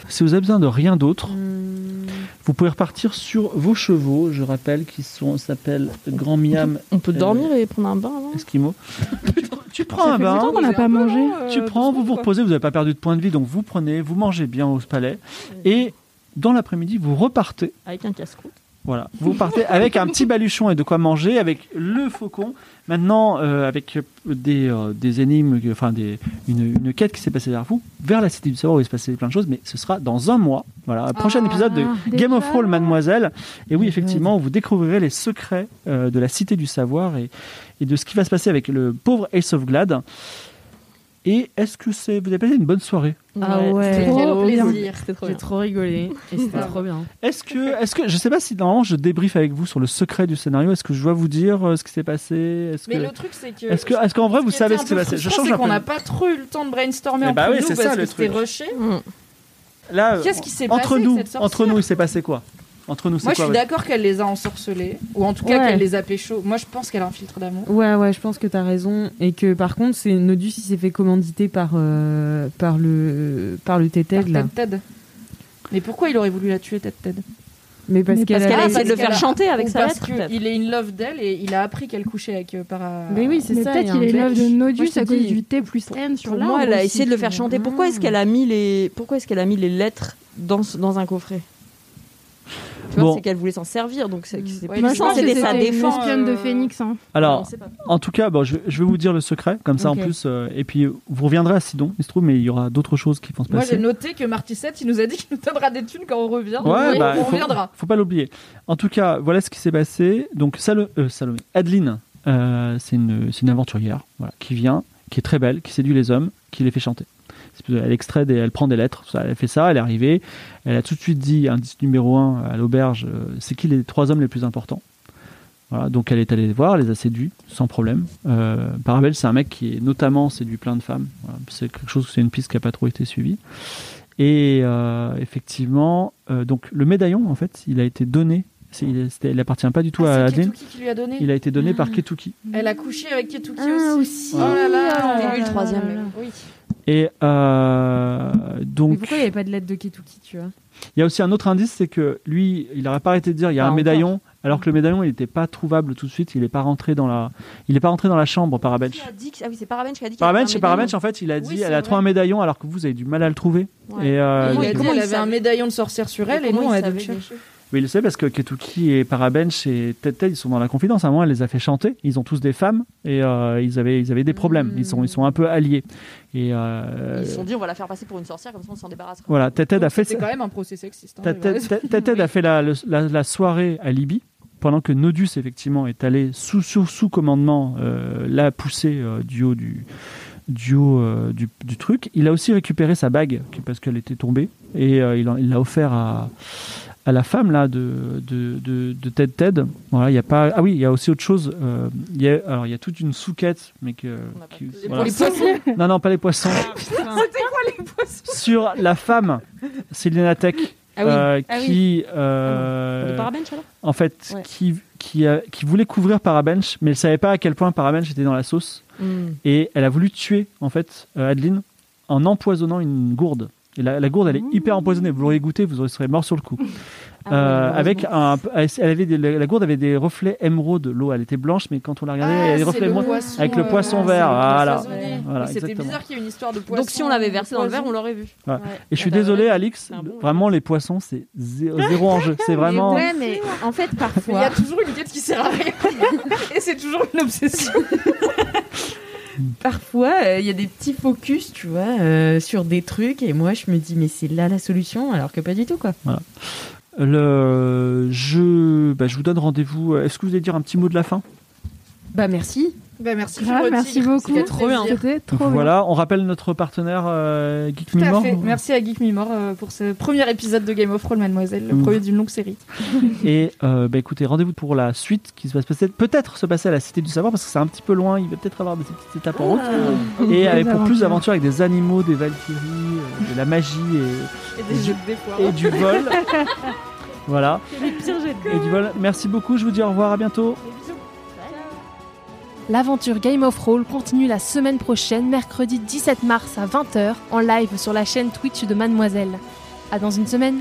Speaker 4: Si vous avez besoin de rien d'autre,
Speaker 3: Hmm.
Speaker 4: vous pouvez repartir sur vos chevaux. Je rappelle qu'ils sont s'appellent Grand Miam.
Speaker 9: On peut
Speaker 4: euh,
Speaker 9: dormir et prendre un bain avant
Speaker 4: Esquimau. tu, tu prends
Speaker 3: Ça
Speaker 4: un
Speaker 3: fait
Speaker 4: bain.
Speaker 3: longtemps euh, qu'on n'a pas mangé.
Speaker 5: Euh,
Speaker 4: Tu prends, vous vous reposez, vous n'avez pas perdu de point de vie, donc vous prenez, vous mangez bien au palais, et dans l'après-midi, vous repartez.
Speaker 9: Avec un casse-croûte.
Speaker 4: Voilà, vous partez avec un petit baluchon et de quoi manger, avec le faucon. Maintenant, euh, avec des, euh, des énigmes, euh, enfin des, une, une quête qui s'est passée vers vous, vers la cité du savoir où il se passait plein de choses, mais ce sera dans un mois. Voilà, prochain épisode de Game of Thrones, mademoiselle. Et oui, effectivement, vous découvrirez les secrets euh, de la cité du savoir et, et de ce qui va se passer avec le pauvre Ace of Glad. Et est-ce que c'est, vous avez passé une bonne soirée
Speaker 8: Ah ouais.
Speaker 5: C'était quel
Speaker 8: Trop
Speaker 5: plaisir.
Speaker 8: bien.
Speaker 5: C'était trop
Speaker 8: J'ai
Speaker 5: bien.
Speaker 8: trop rigolé et c'était
Speaker 5: Bravo.
Speaker 8: trop bien.
Speaker 4: Est-ce que, est-ce que, je sais pas si normalement je débrief avec vous sur le secret du scénario. Est-ce que je dois vous dire euh, ce qui s'est passé Est-ce
Speaker 5: Mais
Speaker 4: que-
Speaker 5: le truc, c'est que.
Speaker 4: Est-ce que, est-ce qu'en vrai vous
Speaker 5: qui était
Speaker 4: savez
Speaker 5: un
Speaker 4: ce qui
Speaker 5: peu
Speaker 4: s'est passé Je
Speaker 5: frustrant,
Speaker 4: change
Speaker 5: c'est
Speaker 4: un
Speaker 5: qu'on
Speaker 4: peu.
Speaker 5: n'a pas trop eu le temps de brainstormer
Speaker 4: Eh
Speaker 5: entre
Speaker 4: bah oui,
Speaker 5: nous
Speaker 4: c'est
Speaker 5: parce
Speaker 4: ça,
Speaker 5: que
Speaker 4: le
Speaker 5: c'était
Speaker 4: truc.
Speaker 5: rushé.
Speaker 4: Là, euh,
Speaker 5: Qu'est-ce qui s'est
Speaker 4: entre
Speaker 5: passé
Speaker 4: nous,
Speaker 5: avec cette
Speaker 4: entre nous, il s'est passé quoi Entre nous, c'est
Speaker 5: Moi, je
Speaker 4: quoi
Speaker 5: suis
Speaker 4: votre-
Speaker 5: d'accord qu'elle les a ensorcelés, ou en tout cas
Speaker 8: Ouais.
Speaker 5: qu'elle les a pécho. Moi, je pense qu'elle a un filtre d'amour.
Speaker 8: Ouais, ouais, je pense que t'as raison. Et que par contre, c'est Nodus, il s'est fait commanditer par, euh, par le, par le Tétègue, là.
Speaker 5: Ted Ted. Mais pourquoi il aurait voulu la tuer, Ted Ted
Speaker 8: Mais parce
Speaker 5: Mais
Speaker 8: qu'elle
Speaker 5: parce
Speaker 8: a
Speaker 5: qu'elle parce
Speaker 8: essayé
Speaker 5: qu'elle a- ou parce qu'il est in love d'elle et il a appris qu'elle couchait avec euh, par. euh,
Speaker 8: Mais oui, c'est
Speaker 3: Mais
Speaker 8: ça.
Speaker 3: peut-être
Speaker 8: il y a
Speaker 3: qu'il
Speaker 8: un
Speaker 3: est l'œuvre de
Speaker 8: glitch.
Speaker 3: Nodus
Speaker 8: Moi, je te
Speaker 3: à cause
Speaker 8: dis,
Speaker 3: du T plus N sur
Speaker 9: Pour
Speaker 3: l'arbre.
Speaker 9: moi, elle a
Speaker 3: aussi,
Speaker 9: essayé de le faire
Speaker 3: tu
Speaker 9: chanter.
Speaker 3: vois.
Speaker 9: Pourquoi est-ce qu'elle a mis les Pourquoi est-ce qu'elle a mis les lettres dans ce- dans un coffret Tu vois,
Speaker 4: Bon.
Speaker 9: c'est qu'elle voulait s'en servir, donc c'est c'est
Speaker 3: Moi, je
Speaker 9: puissant,
Speaker 3: pense que
Speaker 9: c'était sa
Speaker 3: c'était une
Speaker 9: défense. euh,
Speaker 3: espionne de Phoenix. hein.
Speaker 4: Alors, en tout cas, bon, je, je vais vous dire le secret, comme ça
Speaker 5: Ok.
Speaker 4: en plus. euh, et puis, vous reviendrez à Sidon, il se trouve, mais il y aura d'autres choses qui vont se
Speaker 5: Moi,
Speaker 4: passer.
Speaker 5: j'ai noté que Martissette, il nous a dit qu'il nous donnera des thunes quand on revient.
Speaker 4: Ouais,
Speaker 5: Oui,
Speaker 4: bah,
Speaker 5: on
Speaker 4: faut,
Speaker 5: reviendra.
Speaker 4: faut pas l'oublier. En tout cas, voilà ce qui s'est passé. Donc, Salo- euh, Salomé, Adeline, euh, c'est une, c'est une aventurière voilà, qui vient, qui est très belle, qui séduit les hommes, qui les fait chanter. C'est- Elle extrait des, elle prend des lettres, ça, elle fait ça, elle est arrivée, elle a tout de suite dit, indice numéro un à l'auberge, euh, c'est qui les trois hommes les plus importants Voilà, donc elle est allée les voir, elle les a séduits, sans problème. Euh, Parabel, c'est un mec qui est notamment séduit plein de femmes. Voilà, c'est quelque chose, c'est une piste qui n'a pas trop été suivie. Et euh, effectivement, euh, donc le médaillon, en fait, il a été donné. c'est- il, est- c'était- il appartient pas du tout à Adeline.
Speaker 5: Ah, Ketuki qui lui a donné.
Speaker 4: Il a été donné par Ketuki.
Speaker 5: Elle a couché avec Ketuki aussi. Oh là là,
Speaker 13: Voilà.
Speaker 5: on a eu le troisième.
Speaker 13: Voilà.
Speaker 5: Oui.
Speaker 4: Et euh,
Speaker 13: Mais
Speaker 4: donc,
Speaker 13: pourquoi il n'y avait pas de lettre de Ketuki, tu vois
Speaker 4: il y a aussi un autre indice, c'est que lui, il n'aurait pas arrêté de dire il y a
Speaker 13: Pas
Speaker 4: un
Speaker 13: encore. Mm-hmm.
Speaker 4: médaillon, alors que le médaillon, il n'était pas trouvable tout de suite. Il n'est pas rentré dans la, il est pas rentré dans la chambre par Abel.
Speaker 9: Qui a dit que- Ah oui, c'est Parabench qui a dit qu'il avait
Speaker 4: Parabench,
Speaker 9: un
Speaker 4: c'est
Speaker 9: médaillon.
Speaker 4: Parabench, en fait, il a
Speaker 9: Oui,
Speaker 4: dit,
Speaker 9: c'est
Speaker 4: elle a trouvé
Speaker 9: vrai.
Speaker 4: un médaillon, alors que vous avez du mal à le trouver. Et, euh,
Speaker 5: Il
Speaker 4: donc,
Speaker 5: a dit,
Speaker 9: il
Speaker 5: elle avait
Speaker 9: savait
Speaker 5: un médaillon de sorcière sur elle et nous,
Speaker 9: Comment
Speaker 5: on
Speaker 9: il
Speaker 5: a dit
Speaker 9: savait
Speaker 5: que-
Speaker 4: Oui, il le sait parce que Ketuki et Parabench et Tete, ils sont dans la confidence. À un moment, elle les a fait chanter. Ils ont tous des femmes et euh, ils, avaient, ils avaient des problèmes. Ils, sont, ils sont un peu alliés. Et euh,
Speaker 9: Mm. Ils se sont dit, on va la faire passer pour une sorcière, comme ça on s'en débarrassera.
Speaker 4: voilà, Tete a fait,
Speaker 5: C'est quand même un procès sexiste. hein,
Speaker 4: Tete-
Speaker 5: il a raison.
Speaker 4: Tete- Tete a fait la, le- la- la soirée à Libye pendant que Nodus, effectivement, est allé sous, sous, sous commandement euh, la pousser euh, du haut du du, haut, euh, du du truc. Il a aussi récupéré sa bague qui- parce qu'elle était tombée et euh, il en- il l'a offert à, à la femme là de de, de, de Ted Ted. Voilà, il y a pas. Ah oui, il y a aussi autre chose. euh, il y a, alors il y a toute une souquette, mais que. qui- voilà.
Speaker 5: les poissons. Ah,
Speaker 4: Non non, pas les poissons.
Speaker 5: C'était quoi les poissons
Speaker 4: Sur la femme, Céline Tech,
Speaker 9: Ah oui.
Speaker 4: euh,
Speaker 9: Ah oui.
Speaker 4: qui euh,
Speaker 9: De Parabench alors
Speaker 4: en fait,
Speaker 9: Ouais.
Speaker 4: qui, qui, a- qui voulait couvrir Parabench, mais elle savait pas à quel point Parabench était dans la sauce.
Speaker 9: Mm.
Speaker 4: Et elle a voulu tuer, en fait, euh, Adeline en empoisonnant une gourde. Et la, la gourde, elle est hyper empoisonnée. Vous l'auriez goûté, vous serez mort sur le
Speaker 9: Ah
Speaker 4: coup. Euh, avec un, elle avait des- la gourde avait des reflets émeraude, l'eau, elle était blanche, mais quand on la regardait,
Speaker 5: Ah,
Speaker 4: elle avait des
Speaker 5: c'est
Speaker 4: reflets
Speaker 5: le
Speaker 4: émeraude
Speaker 5: poisson,
Speaker 4: avec le
Speaker 5: euh,
Speaker 4: poisson
Speaker 5: c'est
Speaker 4: vert.
Speaker 5: le
Speaker 4: Voilà.
Speaker 5: empoisonné.
Speaker 4: Voilà,
Speaker 5: Oui, C'était
Speaker 4: exactement.
Speaker 5: bizarre qu'il y ait une histoire de poisson.
Speaker 9: Donc si on l'avait versé dans le verre,
Speaker 5: poison.
Speaker 9: on l'aurait vu.
Speaker 4: Voilà.
Speaker 9: Ouais.
Speaker 4: Et je suis
Speaker 9: Bah,
Speaker 4: désolé,
Speaker 9: ouais.
Speaker 4: Alix,
Speaker 9: C'est un bon Ah,
Speaker 4: vraiment, les poissons, c'est zé- zéro enjeu. C'est vraiment.
Speaker 13: Ouais, mais en fait,
Speaker 5: Mais Il y a
Speaker 13: parfois.
Speaker 5: toujours une quête qui sert à rien. Et c'est toujours une obsession.
Speaker 13: Parfois, euh, il y a des petits focus, tu vois, euh, sur des trucs, et moi je me dis, mais c'est là la solution, alors que pas du tout, quoi.
Speaker 4: Le je, bah, je vous donne rendez-vous. Est-ce que vous voulez dire un petit mot de la fin
Speaker 13: Bah merci.
Speaker 5: Bah,
Speaker 9: Ah,
Speaker 5: merci,
Speaker 3: Grave,
Speaker 5: Fibre
Speaker 3: merci
Speaker 5: Tigre.
Speaker 3: beaucoup.
Speaker 5: C'était trop bien.
Speaker 3: C'était trop bien.
Speaker 4: Voilà, on rappelle notre partenaire euh, Geek
Speaker 5: Tout à
Speaker 4: Mimor.
Speaker 5: fait. Merci à Geek Mimor euh, pour ce premier épisode de Game of Thrones, mademoiselle, le
Speaker 4: Mm.
Speaker 5: premier d'une longue série.
Speaker 4: Et euh, bah, écoutez, rendez-vous pour la suite qui se passe peut-être peut-être se passer à la Cité du Savoir parce que c'est un petit peu loin. Il va peut-être avoir des petites étapes
Speaker 5: Ah,
Speaker 4: en route. et
Speaker 3: Des
Speaker 4: avec pour plus
Speaker 3: aventures.
Speaker 4: d'aventures avec des animaux, des valkyries, euh, de la magie
Speaker 5: Et
Speaker 4: Et
Speaker 5: des
Speaker 4: du-
Speaker 5: jeux de défoire.
Speaker 4: et, et du vol. voilà.
Speaker 9: Les pires jets de
Speaker 4: Et du vol. Merci beaucoup. Je vous dis au revoir. À bientôt.
Speaker 14: L'aventure Game of Roll continue la semaine prochaine, mercredi 17 mars à 20h, en live sur la chaîne Twitch de Mademoiselle. À dans une semaine